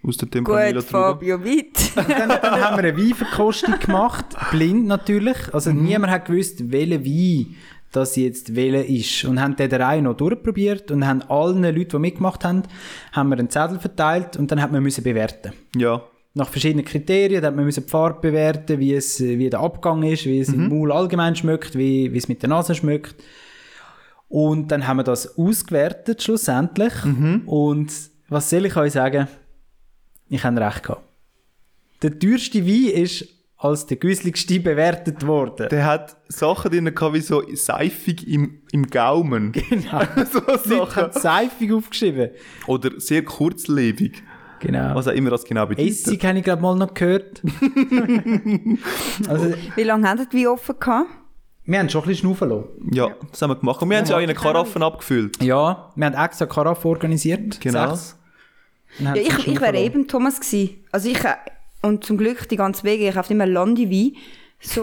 D: Aus der
E: Gut,
D: Tempranillo-Traube.
E: Fabio, weit.
C: Dann, dann haben wir eine Weinverkostung gemacht, blind natürlich. Also niemand hat gewusst, welcher Wein das jetzt welcher ist. Und haben den der Reihe noch durchprobiert und haben allen Leuten, die mitgemacht haben, haben wir einen Zettel verteilt und dann hat man müssen bewerten.
D: Ja.
C: Nach verschiedenen Kriterien, dann hat man müssen die Farbe bewerten, wie, es, äh, wie der Abgang ist, wie es im Maul allgemein schmeckt, wie, wie es mit der Nase schmeckt. Und dann haben wir das ausgewertet schlussendlich. Und was soll ich euch sagen? Ich habe recht gehabt. Der teuerste Wein ist als der günstigste bewertet worden.
D: Der hat Sachen drin gehabt, wie so seifig im, im Gaumen.
C: genau.
D: so
C: Die Leute haben
D: Sachen.
C: seifig aufgeschrieben.
D: Oder sehr kurzlebig.
C: Genau.
D: Was auch immer das genau bedeutet.
C: Essig habe ich gerade mal noch gehört. also,
E: Wie lange hattet ihr wie offen gehabt?
C: wir haben schon ein bisschen schnaufen lassen.
D: Ja, das haben wir gemacht. Und wir haben sie auch in eine Karaffe abgefüllt.
C: Ja, wir haben extra Karaffe organisiert.
D: Genau.
C: Sechs. Und haben
E: Ja,
C: sie
E: ich,
C: schnaufen
E: ich wäre
C: lassen.
E: eben Thomas gewesen. Also ich, äh, und zum Glück die ganze Wege, ich kaufe immer Landi Wein. So.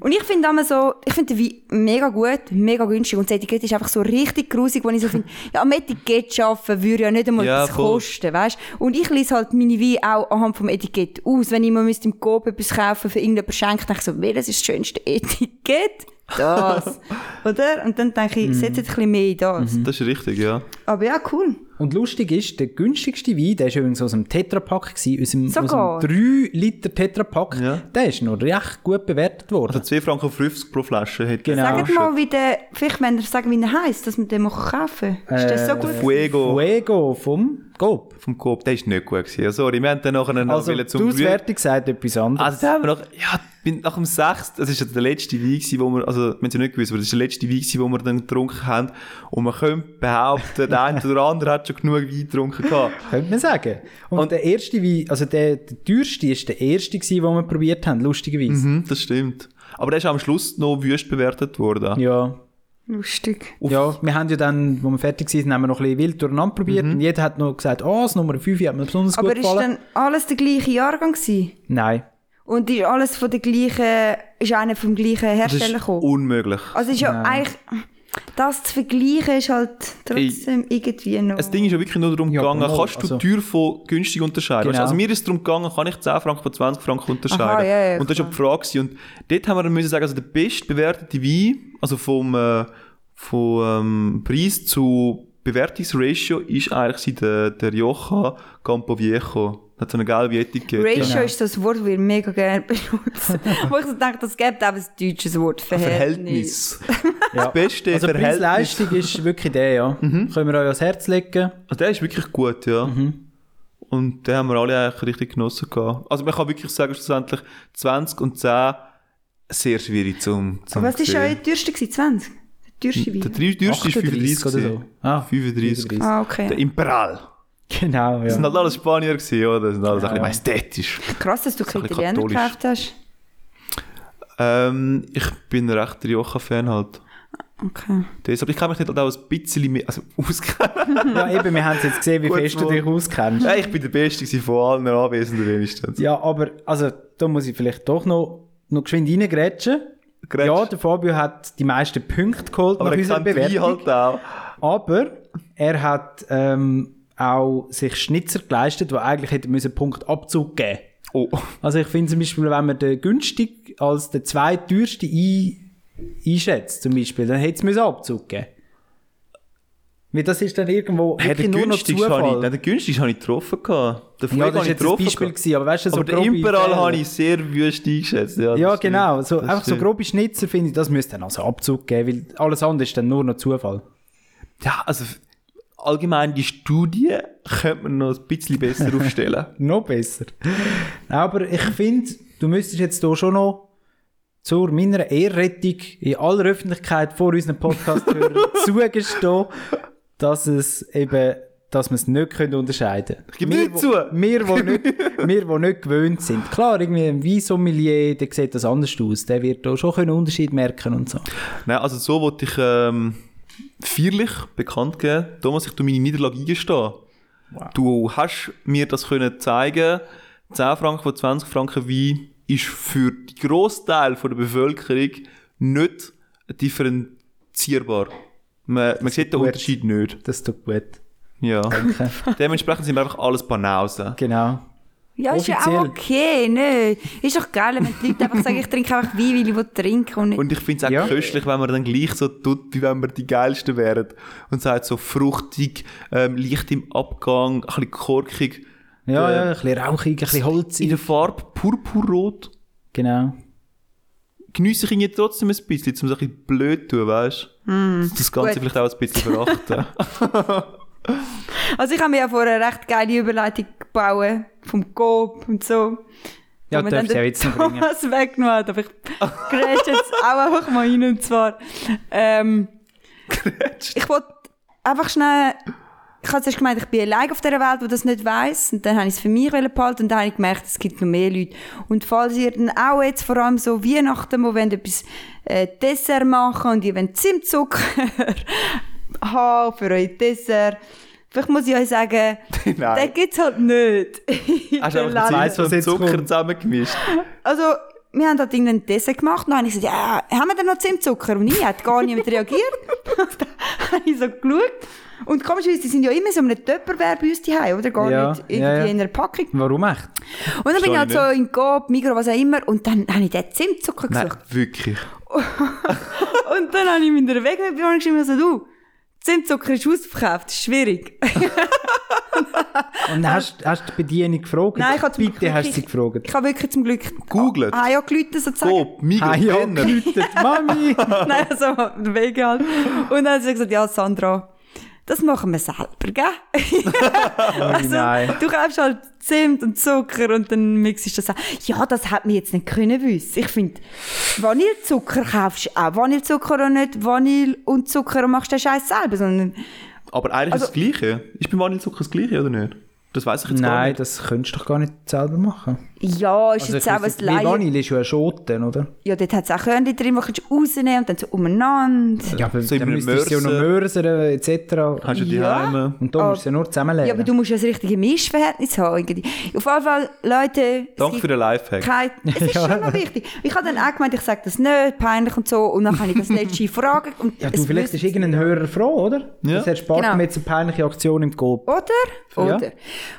E: und ich finde immer so, ich finde den Wein mega gut, mega günstig und das Etikett ist einfach so richtig grusig, wo ich so finde, ja, am Etikett arbeiten würde ja nicht einmal
D: Ja,
E: etwas
D: voll.
E: kosten, weißt? Und ich lese halt meine Weine auch anhand vom Etikett aus. Wenn ich mal müsste im Coop etwas kaufen für irgendjemanden schenkt, denke ich so, welches ist das schönste Etikett? Das. Oder? Und dann denke
D: Mhm.
E: ich, setzt ein bisschen mehr in das.
D: Das ist richtig, ja.
E: Aber ja, cool.
C: Und lustig ist, der günstigste Wein, der war übrigens aus einem Tetrapack, gewesen, aus einem,
E: Sogar?
C: aus einem 3 Liter Tetrapack,
D: Ja.
C: der ist noch recht gut bewertet worden.
D: Also 2,50 Franken pro Flasche hat
C: Genau.
E: Sagt
D: gekostet.
E: mal, wie der, vielleicht wenn ihr sagen, wie der heisst, dass man den mal kaufen kann. Ist
D: Äh,
E: das so gut?
D: Fuego
C: Fuego vom Gob.
D: vom Coop, der ist nicht gut gewesen. Ja, Sorry, wir haben dann nachher noch
C: Also
D: wollen
C: die
D: Genau, zum Brühe-
C: Auswertung sagt etwas anderes.
D: Also da haben wir noch, ja, bin nach dem sechsten, das ist ja der letzte Wein gewesen, wo wir, also, wir haben es ja nicht gewusst, aber das ist der letzte Wein gewesen, wo wir dann getrunken haben. Und man könnte behaupten, der eine oder andere hat schon genug Wein getrunken gehabt.
C: könnte man sagen. Und,
D: Und-
C: der erste Wein, also der, der teuerste ist der erste gewesen, den wir probiert haben, lustigerweise.
D: Mhm, das stimmt. Aber der ist am Schluss noch wüst bewertet worden.
C: Ja.
E: Lustig.
C: ja, wir haben ja dann, wo wir fertig waren, haben wir noch ein bisschen wild durcheinander
D: Mhm.
C: probiert und jeder hat noch gesagt, oh, das Nummer 5 hat mir besonders
E: Aber
C: gut
E: ist
C: gefallen.
E: dann alles der gleiche Jahrgang gewesen?
C: Nein.
E: Und ist alles von der gleichen, ist einer vom gleichen
D: Das
E: Hersteller
D: ist
E: gekommen?
D: unmöglich.
E: Also ist ja eigentlich, das zu vergleichen ist halt trotzdem irgendwie noch.
D: Das Ding ist ja wirklich nur darum
C: Ja,
D: gegangen,
C: aber mal,
D: kannst du
C: also-
D: teuer von günstig unterscheiden? Weißt
C: Genau.
D: du, Also mir ist es darum gegangen, kann ich 10 Franken von 20 Franken unterscheiden?
E: Aha, ja, ja,
D: und das war die Frage. gewesen. Und dort haben wir dann müssen sagen, also der bestbewertete Wein, also vom, äh, vom ähm, Preis zu Bewertungsratio ist eigentlich der, der Rioja Campo Viejo. Hat so eine gelbe Etikette.
E: Ratio
C: Genau.
E: ist so ein Wort, das wir mega gerne benutzen. Wo ich so denke, das gibt auch ein deutsches Wort. Verhältnis.
D: Verhältnis.
C: Ja.
D: Das beste
C: Also
D: Verhältnis. Mhm.
C: Preis-Leistung ist wirklich der, ja. Können wir euch ans Herz legen.
D: Also der ist wirklich gut, ja.
C: Mhm.
D: Und den haben wir alle eigentlich richtig genossen gehabt. Also man kann wirklich sagen, schlussendlich 20 und 10 sehr schwierig zum, zum
E: Was war
D: sehen.
E: euer teuerste? gewesen? 20? Der teuerste
D: Der
E: Wein?
D: drei- teuerste ist 35
C: 38 oder so.
D: gewesen.
C: Ah,
D: 35.
E: Ah,
D: Der
E: okay.
D: Imperial.
C: Genau,
D: Das
C: ja.
D: sind halt alles Spanier gewesen, oder? Das sind alles ein
C: Ja.
D: bisschen majestätisch.
E: Krass, dass du
D: ein
E: keinen
D: bisschen
E: Italiener
D: katholisch.
E: gekauft hast.
D: Ähm, ich bin ein rechter Jocha-Fan halt.
E: Okay.
D: Deshalb, ich kann mich nicht halt auch ein bisschen mehr, also auskennen.
C: ja, eben, wir haben es jetzt gesehen, wie
D: Gut
C: fest du
D: wohl.
C: dich auskennst.
D: Nein, ich bin der Beste gewesen von allen Anwesenden wenigstens.
C: Ja, aber, also, da muss ich vielleicht doch noch, noch geschwind reingrätschen.
D: Grätsch.
C: Ja, der Fabio hat die meisten Punkte geholt
D: Aber
C: nach
D: ich
C: unserer
D: kann die
C: Bewertung.
D: halt auch.
C: Aber er hat ähm, auch sich Schnitzer geleistet, die eigentlich hätte müssen Punkt Abzug geben
D: Oh.
C: Also ich finde zum Beispiel, wenn man den günstig als den zweiteuersten ein, einschätzt, zum Beispiel, dann hätte es müssen Abzug geben Weil das ist dann irgendwo
D: Hey,
C: wirklich
D: den
C: nur noch
D: günstigsten habe ich, nein,
C: Zufall.
D: den günstigsten habe ich getroffen. gehabt.
C: Ja,
D: Den Fuego
C: das
D: habe
C: ist jetzt
D: ich
C: ein
D: getroffen
C: Beispiel
D: gehabt.
C: gewesen, aber weißt du, so
D: aber den
C: grobe
D: Imperial
C: Fälle.
D: habe ich sehr wüst eingeschätzt. Ja, das
C: Ja,
D: stimmt.
C: genau. So,
D: Das
C: einfach so
D: stimmt.
C: grobe Schnitzer finde ich, das müsste dann also Abzug geben, weil alles andere ist dann nur noch Zufall.
D: Ja, also f- allgemein die Studie könnte man noch ein bisschen besser aufstellen.
C: Noch besser. Aber ich finde, du müsstest jetzt hier schon noch zur meiner Ehrrettung in aller Öffentlichkeit vor unseren Podcast-Hörern zugestehen, dass es eben, dass wir es nicht können unterscheiden können. Ich
D: gebe nicht zu.
C: Wir, wo nicht, wir, wo nicht gewöhnt sind. Klar, irgendwie ein Weinsommelier, der sieht das anders aus. Der wird da schon einen Unterschied merken und so.
D: Nein, also so wollte ich ähm, feierlich bekannt geben. Thomas, ich tu meine Niederlage eingestehen. Du hast mir das können zeigen 10 Franken von 20 Franken Wein ist für den Großteil der Bevölkerung nicht differenzierbar. Man, man sieht den
C: gut.
D: Unterschied nicht.
C: Das tut gut.
D: Ja. Dementsprechend sind wir einfach alles Banausen.
C: Genau.
E: Ja, ist ja auch
C: Offiziell.
E: okay, ne? Ist doch geil, wenn die Leute einfach sagen, ich trinke einfach Wein, weil ich will trinken und nicht...
D: Und ich finde es auch
C: Ja.
D: köstlich, wenn man dann gleich so tut, wie wenn wir die Geilsten wären. Und sagt so fruchtig, ähm, leicht im Abgang, ein bisschen korkig.
C: Ja,
D: Äh,
C: ja, ein bisschen rauchig, ein bisschen
D: In
C: holzig.
D: der Farbe purpurrot.
C: Genau.
D: Geniesse ich ihn jetzt trotzdem ein bisschen, um es ein bisschen blöd zu tun, weißt du? das Ganze
E: Hm, gut.
D: vielleicht auch ein bisschen verachten.
E: Also ich habe mir ja vorher eine recht geile Überleitung gebaut, vom Coop und so.
C: Ja,
E: Wo man
C: darfst
E: dann
C: du ja
E: den
C: jetzt noch bringen.
E: Thomas weggenommen hat, aber ich grätsch jetzt auch einfach mal rein und zwar... Ähm, ich wollte einfach schnell... Ich habe zuerst gemeint, ich bin allein auf dieser Welt, die das nicht weiss. Und dann habe ich es für mich behalten und dann habe ich gemerkt, es gibt noch mehr Leute. Und falls ihr dann auch jetzt vor allem so Weihnachten, wo wollt etwas äh, Dessert machen und ihr wollt Zimtzucker haben für euer Dessert, vielleicht muss ich euch sagen,
D: Nein.
C: Genau.
E: den gibt es halt nicht. in
D: Hast du
E: den
D: einfach
E: Läden.
C: Weiss, was
D: Zeit und
C: jetzt
D: Zucker
C: kommt.
D: zusammengemischt?
E: Also, wir haben halt irgendeinen Dessert gemacht und dann habe ich gesagt, ja, haben wir denn noch Zimtzucker? Und ich hat gar niemand reagiert. Und dann habe ich so geschaut. Und komischerweise, die sind ja immer so in einem Töpperwehr bei uns daheim, oder? Gar
C: Ja,
E: nicht
C: ja,
E: irgendwie
C: ja.
E: in einer Packung.
C: Warum echt?
E: Und dann bin ich halt so
D: Verstehe
E: in Coop, Migros, was auch immer. Und dann habe ich den Zimtzucker
D: Nein,
E: gesucht.
D: wirklich.
E: Und dann habe ich mir den Weg geschrieben, so, du, Zimtzucker ist ausverkauft, ist schwierig.
C: Und dann hast, hast du die Bedienung gefragt?
E: Ah. Nein, ich habe zum
C: Bitte
E: Glück
C: hast du sie
E: wirklich-
C: gefragt.
E: Ich habe wirklich zum Glück...
D: Googlet.
E: Ah, ja, gelitten sozusagen.
D: Coop, Migros,
C: Ah, ja,
D: Penner.
C: geläutet, Mami!
E: Nein, also der Weg halt. Und dann hat sie gesagt, ja, Sandra, das machen wir selber, gell? also,
C: nein.
E: du kaufst halt Zimt und Zucker und dann mixst du das an. Ja, das hätte man jetzt nicht können wissen. Ich finde, Vanillezucker kaufst du auch Vanillezucker und nicht Vanille und Zucker und machst den Scheiß selber, sondern
D: Aber eigentlich
E: Also
D: ist das Gleiche. Ist bei Vanillezucker das Gleiche, oder nicht? Das weiß ich jetzt gar
C: Nein,
D: nicht.
C: das könntest du doch gar nicht selber machen.
E: ja, ist
C: Also,
E: jetzt auch was
C: Wie
E: Laien.
C: Vanille ist ja ein Schoten, oder?
E: Ja, dort hat es auch Körnchen drin, die kannst du rausnehmen und dann so umeinander.
C: Ja, aber
D: So in
C: Also, dann
D: einem
C: müsstest du sie ja noch mörsern, etc.
D: Hast du die
E: Ja.
D: Heime?
C: Und da
E: Ah.
C: musst du sie nur zusammenlegen.
E: Ja, aber du musst ja das richtige Mischverhältnis haben. irgendwie. Auf jeden Fall, Leute... es
D: Danke
E: gibt-
D: für den Lifehack.
E: Kein, es ist schon noch wichtig. Ich habe dann auch gemeint, ich sage das nicht, peinlich und so. Und dann habe ich das letzte fragen. Und
C: Ja,
E: es
C: du, vielleicht ist
E: wüsste-
C: irgendein Hörer froh, oder?
D: Ja.
C: Das erspart
E: Genau.
C: mir jetzt eine peinliche Aktion im Gold.
E: Oder?
C: Ja.
E: Oder?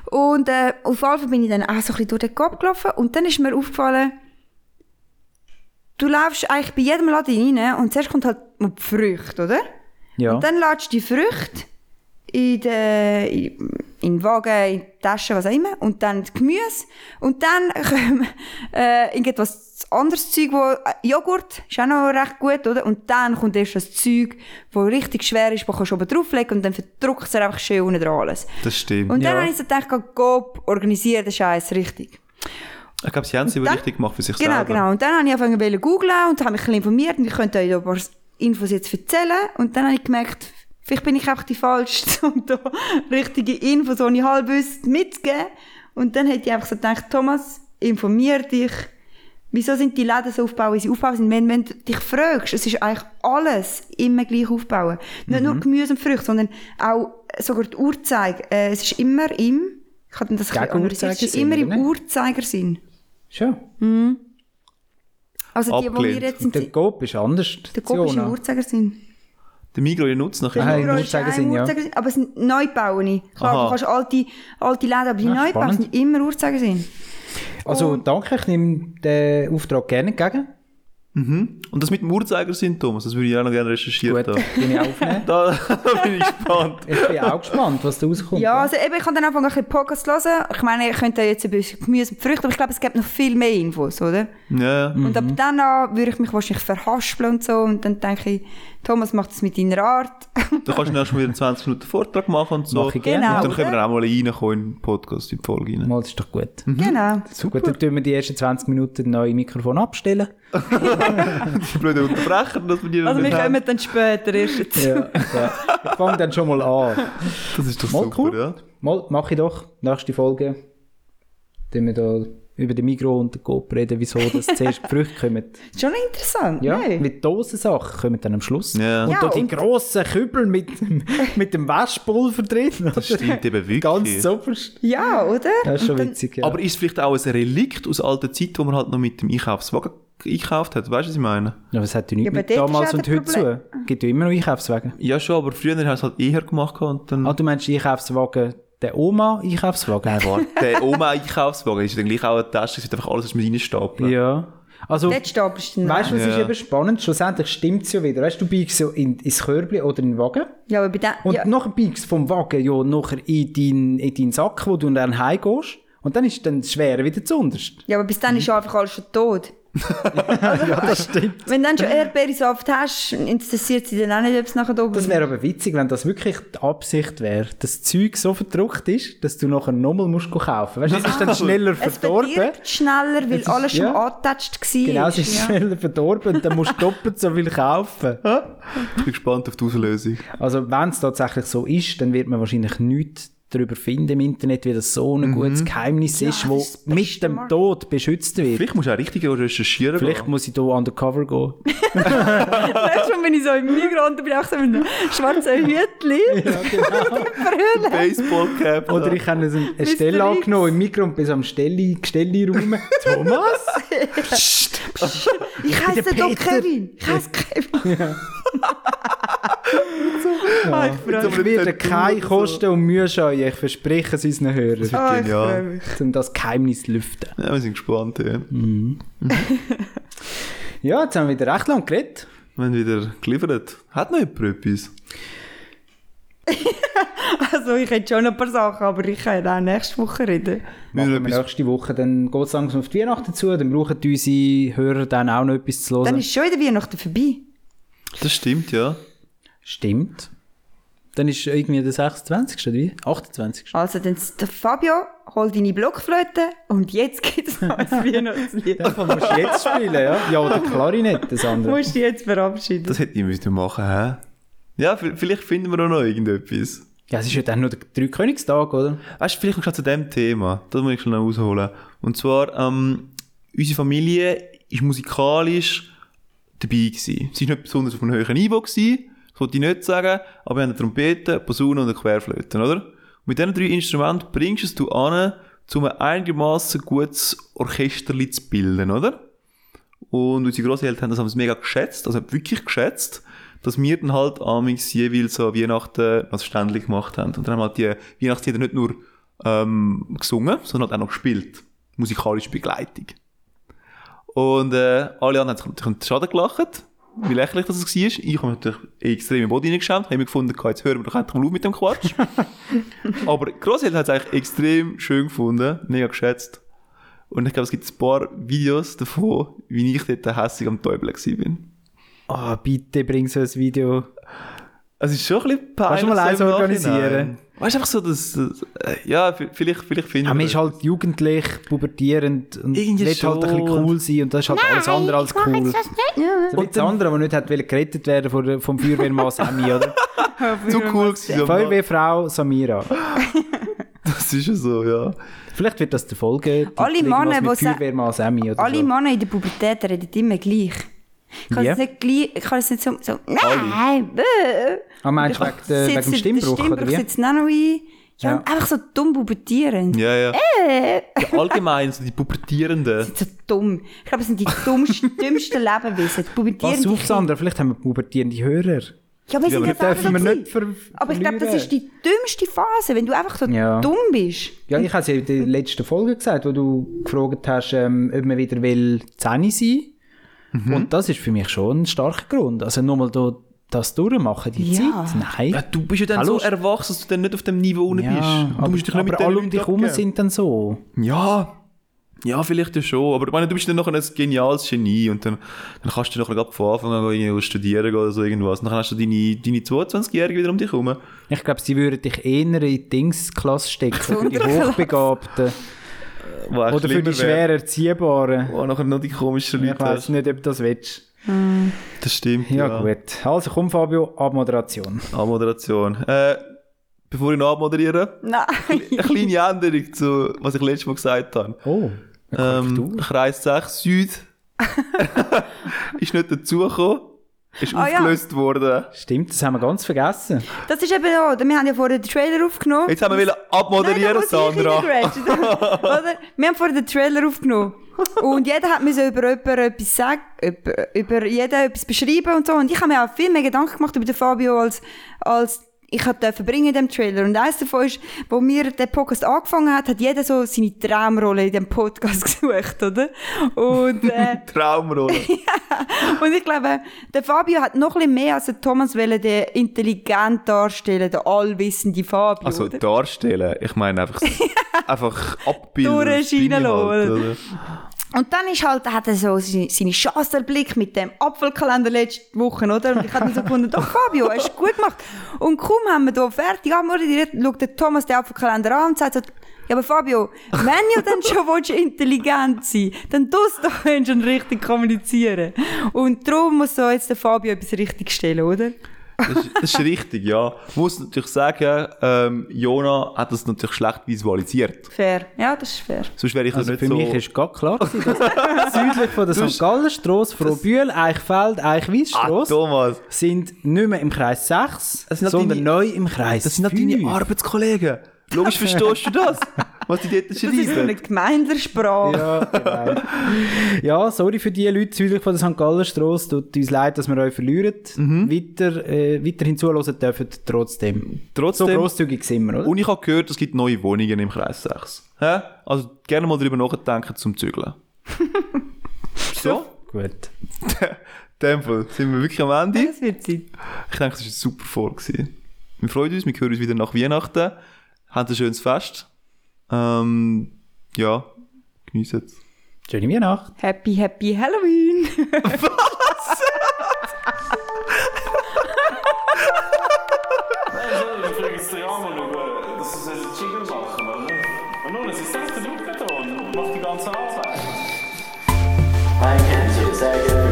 E: Und äh, auf jeden Fall bin ich dann auch so ein bisschen durch den Kopf gelaufen. Und dann ist mir aufgefallen, du läufst eigentlich bei jedem Laden rein und zuerst kommt halt mal die Früchte, oder?
C: Ja.
E: Und dann lädst du die Früchte in den, in, in den Wagen, in die Taschen, was auch immer. Und dann das Gemüse. Und dann kommt äh, irgendwas anderes Zeug, wo, äh, Joghurt ist auch noch recht gut, oder? Und dann kommt erst das Zeug, wo richtig schwer ist, wo kannst du oben drauflegen und dann verdruckt es einfach schön unten dran alles.
D: Das stimmt.
E: Und dann
C: Ja.
E: habe ich so gedacht, Gop, organisiere den Scheiß richtig.
D: ich glaube, sie haben es immer
E: dann-
D: richtig gemacht für sich
E: Genau,
D: selber.
E: genau. Und dann habe ich angefangen zu googeln und habe mich ein bisschen informiert und ich könnte euch da ein paar Infos jetzt erzählen. Und dann habe ich gemerkt, vielleicht bin ich einfach die Falsche, um da richtige Infos, die ich halb wüsste, mitzugeben. Und dann hätte ich einfach so gedacht, Thomas, informier dich. Wieso sind die Läden so aufgebaut, wie sie aufgebaut sind? Wenn, wenn du dich fragst, es ist eigentlich alles immer gleich aufbauen. Nicht
C: Mhm.
E: nur Gemüse und Früchte, sondern auch sogar die Uhrzeit. Äh, es ist immer im, ich hatte das ein bisschen
C: Gegen
E: analysiert, es ist
C: Uhrzeigersinn,
E: immer im
C: oder nicht?
E: Uhrzeigersinn.
C: Schon.
E: Also die, die wir
D: Abgelehnt.
E: jetzt
C: Und der
E: sind,
C: Gob ist anders.
E: der Kopf ist im Uhrzeigersinn.
D: Der Migros, ihr nutzt nachher.
C: Nein. Ah, im
E: Migros ist auch
C: Uhrzeigersinn, ja.
E: Uhrzeigersinn, Aber es sind Neubauen. Klar,
D: Aha.
E: du kannst alte, alte Läden, aber die
C: Ah,
E: Neubauen
C: spannend.
E: sind immer Uhrzeigersinn.
C: Also danke, ich nehme den Auftrag gerne entgegen.
D: Und das mit dem Uhrzeigersinn, Thomas, das würde ich auch noch gerne recherchiert
C: Gut,
D: haben.
C: bin ich aufnehmen.
D: Da, da bin ich gespannt.
C: Ich bin auch gespannt, was da rauskommt.
E: Ja, also eben, ich habe dann angefangen, ein bisschen Podcast zu hören. Ich meine, ihr könnt ja jetzt ein bisschen Gemüse und Früchte, aber ich glaube, es gibt noch viel mehr Infos, oder?
D: Ja,
E: Und ab
C: Mhm.
E: dann an würde ich mich wahrscheinlich verhaspeln und so. Und dann denke ich, Thomas macht das mit deiner Art.
C: Mhm.
D: da kannst du dann schon wieder einen 20 Minuten Vortrag machen und so.
C: Mach ich gerne.
E: Genau.
D: Und dann können wir auch mal reinkommen in den Podcast, in die Folge rein.
C: Mal, das ist doch gut.
E: Genau.
C: Super. Gut, dann tun wir die ersten 20 Minuten neue Mikrofon abstellen.
D: Die blöden Unterbrecher, dass wir die
E: Also, wir
D: nicht haben.
E: kommen dann später erst dazu.
C: Ja, ja. Ich fange dann schon mal an.
D: Das ist doch
C: Mal
D: super,
C: cool.
D: ja.
C: Mal, mache ich doch. Nächste Folge. Dann wir da über den Migro und den Coop reden, wieso das zuerst die Früchte kommen.
E: Schon interessant.
C: Ja,
E: ne?
C: mit Dosensachen kommen dann am Schluss.
D: Ja.
C: Und
E: Ja,
C: da die
E: und-
C: grossen Kübel mit, dem- mit dem Waschpulver drin.
D: Das stimmt eben wirklich.
C: Ganz soberst.
E: ja oder?
C: Das ist schon witzig, ja.
D: Aber ist vielleicht auch ein Relikt aus alter Zeit, wo man halt noch mit dem Einkaufswagen einkauft hat. Weißt du, was ich meine?
C: Ja, was hat ja nichts
E: Ja, aber
C: mit
E: dort ist
C: damals
E: auch
C: und
E: der Mhm.
C: heute zu? Gibt ja immer noch Einkaufswagen.
D: Ja, schon, aber früher haben sie es halt eher gemacht und dann.
C: Ah, du meinst Einkaufswagen, der Oma-Einkaufswagen? Nein,
D: der Oma-Einkaufswagen ist dann gleich auch eine Tasche, es wird einfach alles reinstapeln.
C: Ja. Also,
E: Dort stapelst du ihn
C: weißt du, was ist
D: Ja.
C: eben spannend? Schlussendlich stimmt es ja wieder. Weißt du, du biegst so in, ins Körbchen oder in den Wagen.
E: Ja, aber bei dem...
C: Und
E: ja,
C: nachher biegst du vom Wagen ja nachher in deinen in deinen Sack, wo du dann heimgehst. Und dann ist dann das Schwere wieder zuunterst.
E: ja, aber bis dann ist einfach alles schon tot.
C: Ja, das stimmt.
E: Wenn du dann schon Erdbeersaft hast, interessiert sie dann auch nicht, ob es nachher oben
C: Das wäre aber witzig, wenn das wirklich die Absicht wäre, dass das Zeug so verdruckt ist, dass du nachher nochmal musst go kaufen. Weißt du, es ist dann schneller
E: Es
C: verdorben.
E: verdirbt schneller, weil
C: Es ist-
E: alles schon
C: ja.
E: angetatscht war.
C: Genau, es ist
E: ja.
C: schneller verdorben und dann musst du doppelt so viel kaufen.
D: Ich bin gespannt auf die Auslösung.
C: Also wenn es tatsächlich so ist, dann wird man wahrscheinlich nichts darüber finden im Internet, wie das so ein gutes Geheimnis ist, wo
E: das ist das
C: mit
E: beste
C: dem
E: Markt.
C: Tod beschützt wird. Vielleicht,
D: Vielleicht musst du auch richtig recherchieren. gehen.
C: muss ich hier undercover gehen.
E: Letztes Mal bin ich so im Migranten, bin ich auch so mit einem schwarzen Hütli.
C: genau.
E: Verhüllen.
D: Baseballcap.
C: Oder ich habe so eine Stelle
E: X.
C: angenommen im Mikro und bin so am Stelle, Stelle rum. Thomas?
E: Ich heiße
C: bin der
E: doch
C: Peter.
E: Kevin. Ich heiße Kevin. Ah,
C: Ich werde keine Kosten und Mühe scheuen. Ich verspreche es unseren Hörern,
E: Ah, ich
D: genial.
E: freu mich.
C: um das Geheimnis zu lüften.
D: Ja, wir sind gespannt. Ja.
C: Hm. Ja, jetzt haben wir wieder recht lang geredet.
D: Wir haben wieder geliefert. Hat noch jemand etwas?
E: Also ich hätte schon noch ein paar Sachen, aber ich kann ja auch nächste Woche reden.
D: Müssen wir
C: Machen wir
D: etwas?
C: nächste Woche, dann geht es langsam auf die Weihnachten zu, dann brauchen unsere Hörer dann auch noch etwas zu hören.
E: Dann ist schon wieder Weihnachten vorbei.
D: Das stimmt, ja.
C: Stimmt. Dann ist irgendwie der 26. oder wie? 28.
E: Also dann s- der Fabio, hol deine Blockflöte und jetzt gibt es noch ein Weihnachtslied.
C: Das musst du jetzt spielen, ja? Ja, oder Klarinette, das
E: Du
C: andere.
E: musst dich jetzt verabschieden.
D: Das hätte ich müssen machen hä? Ja, v- vielleicht finden wir auch noch irgendetwas.
C: Ja, es ist ja dann nur der Dreikönigstag, oder?
D: Weißt du, vielleicht noch schnell zu dem Thema. Das muss ich schnell ausholen. Und zwar, ähm, unsere Familie ist musikalisch dabei gewesen. Sie war nicht besonders auf einem höheren Niveau gewesen. Das wollte ich nicht sagen. Aber wir haben eine Trompete, Posaune und eine Querflöte, oder? Und mit diesen drei Instrumenten bringst du es du an, um ein einigermaßen gutes Orchester zu bilden, oder? Und unsere Großeltern haben das haben es mega geschätzt, also wirklich geschätzt, dass wir dann halt amigs jeweils so Weihnachten noch ständig gemacht haben. Und dann haben halt die Weihnachtslieder nicht nur ähm, gesungen, sondern halt auch noch gespielt. Musikalische Begleitung. Und äh, alle anderen haben sich natürlich einen Schaden gelacht, wie lächerlich das war. Ich habe mich natürlich extrem im Boden reingeschämt, habe mir gefunden, okay, jetzt hören wir doch endlich mal auf mit dem Quatsch. Aber Großeltern hat es eigentlich extrem schön gefunden, mega geschätzt. Und ich glaube, es gibt ein paar Videos davon, wie ich dort hässig am Teufel war.
C: Ah, bitte bring so ein Video.
D: Also, Es ist schon ein bisschen peinlich.
C: Kannst du mal eins
D: im Nachhinein.
C: organisieren?
D: Weißt du, einfach so, dass... dass äh, ja, v- vielleicht, vielleicht finden
C: Ja, man
D: wir-
C: ist halt jugendlich, pubertierend und
D: Irgendwie
C: will halt ein bisschen
D: schon.
C: cool sein und das ist halt alles andere als cool. So wie das andere, die nicht hat wollen gerettet werden von der- vom Feuerwehrmann Sammy, oder?
D: zu cool gewesen. am Mann.
C: Feuerwehrfrau Samira.
D: Das ist ja so, ja.
C: Vielleicht wird das der Folge.
E: Alle Männer, die sa-
C: Feuerwehrmann Sammy oder
E: Alle
C: so.
E: Männer in der Pubertät reden immer gleich. Ich kann
C: Ja.
E: es nicht gleich, ich kann es nicht so, so nein, bäh.
C: Ah, meinst du wegen, der- wegen
E: Setzt
C: dem
E: der-
C: Stimmbruch, oder
E: der Stimmbruch
C: wie?
E: setzt ihn auch noch ein. Ja,
C: Ja.
E: und einfach so dumm pubertierend.
D: Ja, ja. ja allgemein, so die Pubertierenden.
E: So dumm. Ich glaube, es sind die dummsten, dümmsten Lebewesen. Die
C: Pass
E: pubertierende
C: auf,
E: Kinder.
C: Sandra, vielleicht haben wir pubertierende Hörer.
E: Ja, wir sind
D: aber
E: ja
D: das
E: selber
C: dürfen wir
E: so
C: nicht
E: gewesen.
C: ver-
E: Aber ich glaube, das
C: verlieren.
E: ist die dümmste Phase, wenn du einfach so
C: Ja.
E: dumm bist.
C: Ja, ich habe es ja in der letzten Folge gesagt, wo du gefragt hast, ähm, ob man wieder will 10 sein
E: Mhm.
C: Und das ist für mich schon ein starker Grund. Also nochmal da, das durchmachen, die
E: Ja.
C: Zeit. Nein.
D: Ja, du bist ja dann
C: Hallo?
D: so erwachsen, dass du dann nicht auf dem Niveau unten bist.
C: aber,
D: Du musst dich nicht mit
C: aber
D: den
C: alle
D: Leuten
C: um dich herum
D: abgeben.
C: sind dann so.
D: Ja, ja, vielleicht ja schon. Aber ich meine, du bist dann nachher ein geniales Genie und dann, dann kannst du nachher gerade von Anfang an irgendwo studieren gehen oder so irgendwas. Und dann hast du deine, deine 22-Jährigen wieder um dich herum.
C: Ich glaube, sie würden dich eher in die Dingsklasse stecken, für die
E: Sonderklasse.
C: Hochbegabten oder für die schwer Erziehbaren.
D: Oh, nachher noch die komischen
C: Ich
D: Leute.
C: weiß
D: hast.
C: nicht, ob das willst.
D: Das stimmt.
C: Ja, gut. Also komm, Fabio, Abmoderation.
D: Abmoderation. Äh, bevor ich noch abmoderiere,
E: Nein.
D: eine kleine Änderung zu, was ich letztes Mal gesagt habe.
C: Oh,
D: Ähm, Kreis 6 Süd ist nicht dazugekommen. Ist
E: Ah, ja.
D: aufgelöst worden.
C: Stimmt, das haben wir ganz vergessen.
E: Das ist eben auch, wir haben ja vorher den Trailer aufgenommen.
D: Jetzt haben wir wieder abmoderieren, Sandra.
E: Nein, da muss ich reingrätschen. Oder? Wir haben vorher den Trailer aufgenommen. Und jeder hat mir über jemanden etwas sagen, über, über jeden etwas beschreiben und so. Und ich habe mir auch viel mehr Gedanken gemacht über den Fabio, als, als ich hatte verbringen in diesem Trailer. Und eines davon ist, wo wir den Podcast angefangen hat, hat jeder so seine Traumrolle in diesem Podcast gesucht, oder? Und, äh,
D: Traumrolle.
E: und ich glaube, der Fabio hat noch ein bisschen mehr als der Thomas wollen, den intelligent darstellen, den allwissenden Fabio.
D: Also
E: oder?
D: darstellen, ich meine einfach, einfach abbilden.
E: Durchscheinen
D: Spinnen
E: lassen.
D: oder?
E: Und dann ist halt, hat er so seine, seine Chancenblick mit dem Apfelkalender letzte Woche, oder? Und ich habe so gefunden, doch Fabio, hast du gut gemacht. Und kaum haben wir da fertig abmoderiert, schaut der Thomas den Apfelkalender an und sagt so, ja, aber Fabio, wenn du dann schon willst, intelligent sein dann tust du doch schon richtig kommunizieren. Und darum muss so jetzt der Fabio etwas richtig stellen, oder?
D: Das, ist- das ist richtig, ja. Ich muss natürlich sagen, ähm, Jona hat das natürlich schlecht visualisiert.
E: Fair. Ja, das ist fair.
D: Sonst wäre ich
C: Also
D: nicht
C: für
D: so...
C: mich ist gerade klar, gewesen, dass südlich von der St. Galler Strasse, Frohbühl, Eichfeld,
D: ah,
C: Eichweissstrasse
D: Thomas,
C: sind nicht mehr im Kreis 6,
D: Das sind halt
C: sondern
D: deine-
C: neu im Kreis
D: das sind noch deine
C: 5.
D: Arbeitskollegen. Logisch verstehst du das, was die dort
E: Das ist so eine
D: schreiben.
E: Gemeindlersprache.
C: Ja, genau. ja, sorry für die Leute südlich von der St. Galler Strasse. Tut uns leid, dass wir euch verlieren.
D: Mhm.
C: Weiter, äh, weiterhin zuhören dürfen trotzdem.
D: Trotzdem.
C: So grosszügig sind wir, oder?
D: Und ich habe gehört, es gibt neue Wohnungen im Kreis 6. Hä? Also gerne mal drüber nachdenken zum Zügeln. so,
C: Gut.
D: in dem Fall sind wir wirklich am Ende.
E: Das wird Zeit.
D: Ich denke, das war eine super Folge. gewesen. Wir freuen uns, wir hören uns wieder nach Weihnachten. Habt ein schönes Fest. Ähm, ja, genießt es.
C: Schöne Weihnacht.
E: Happy, happy Halloween!
A: Ich fliege jetzt dir an und schaue, dass sie einen Jingle machen, oder? Und nun, es ist selbst der Lupeton und macht die ganze Arbeit.
B: I can't say it's again.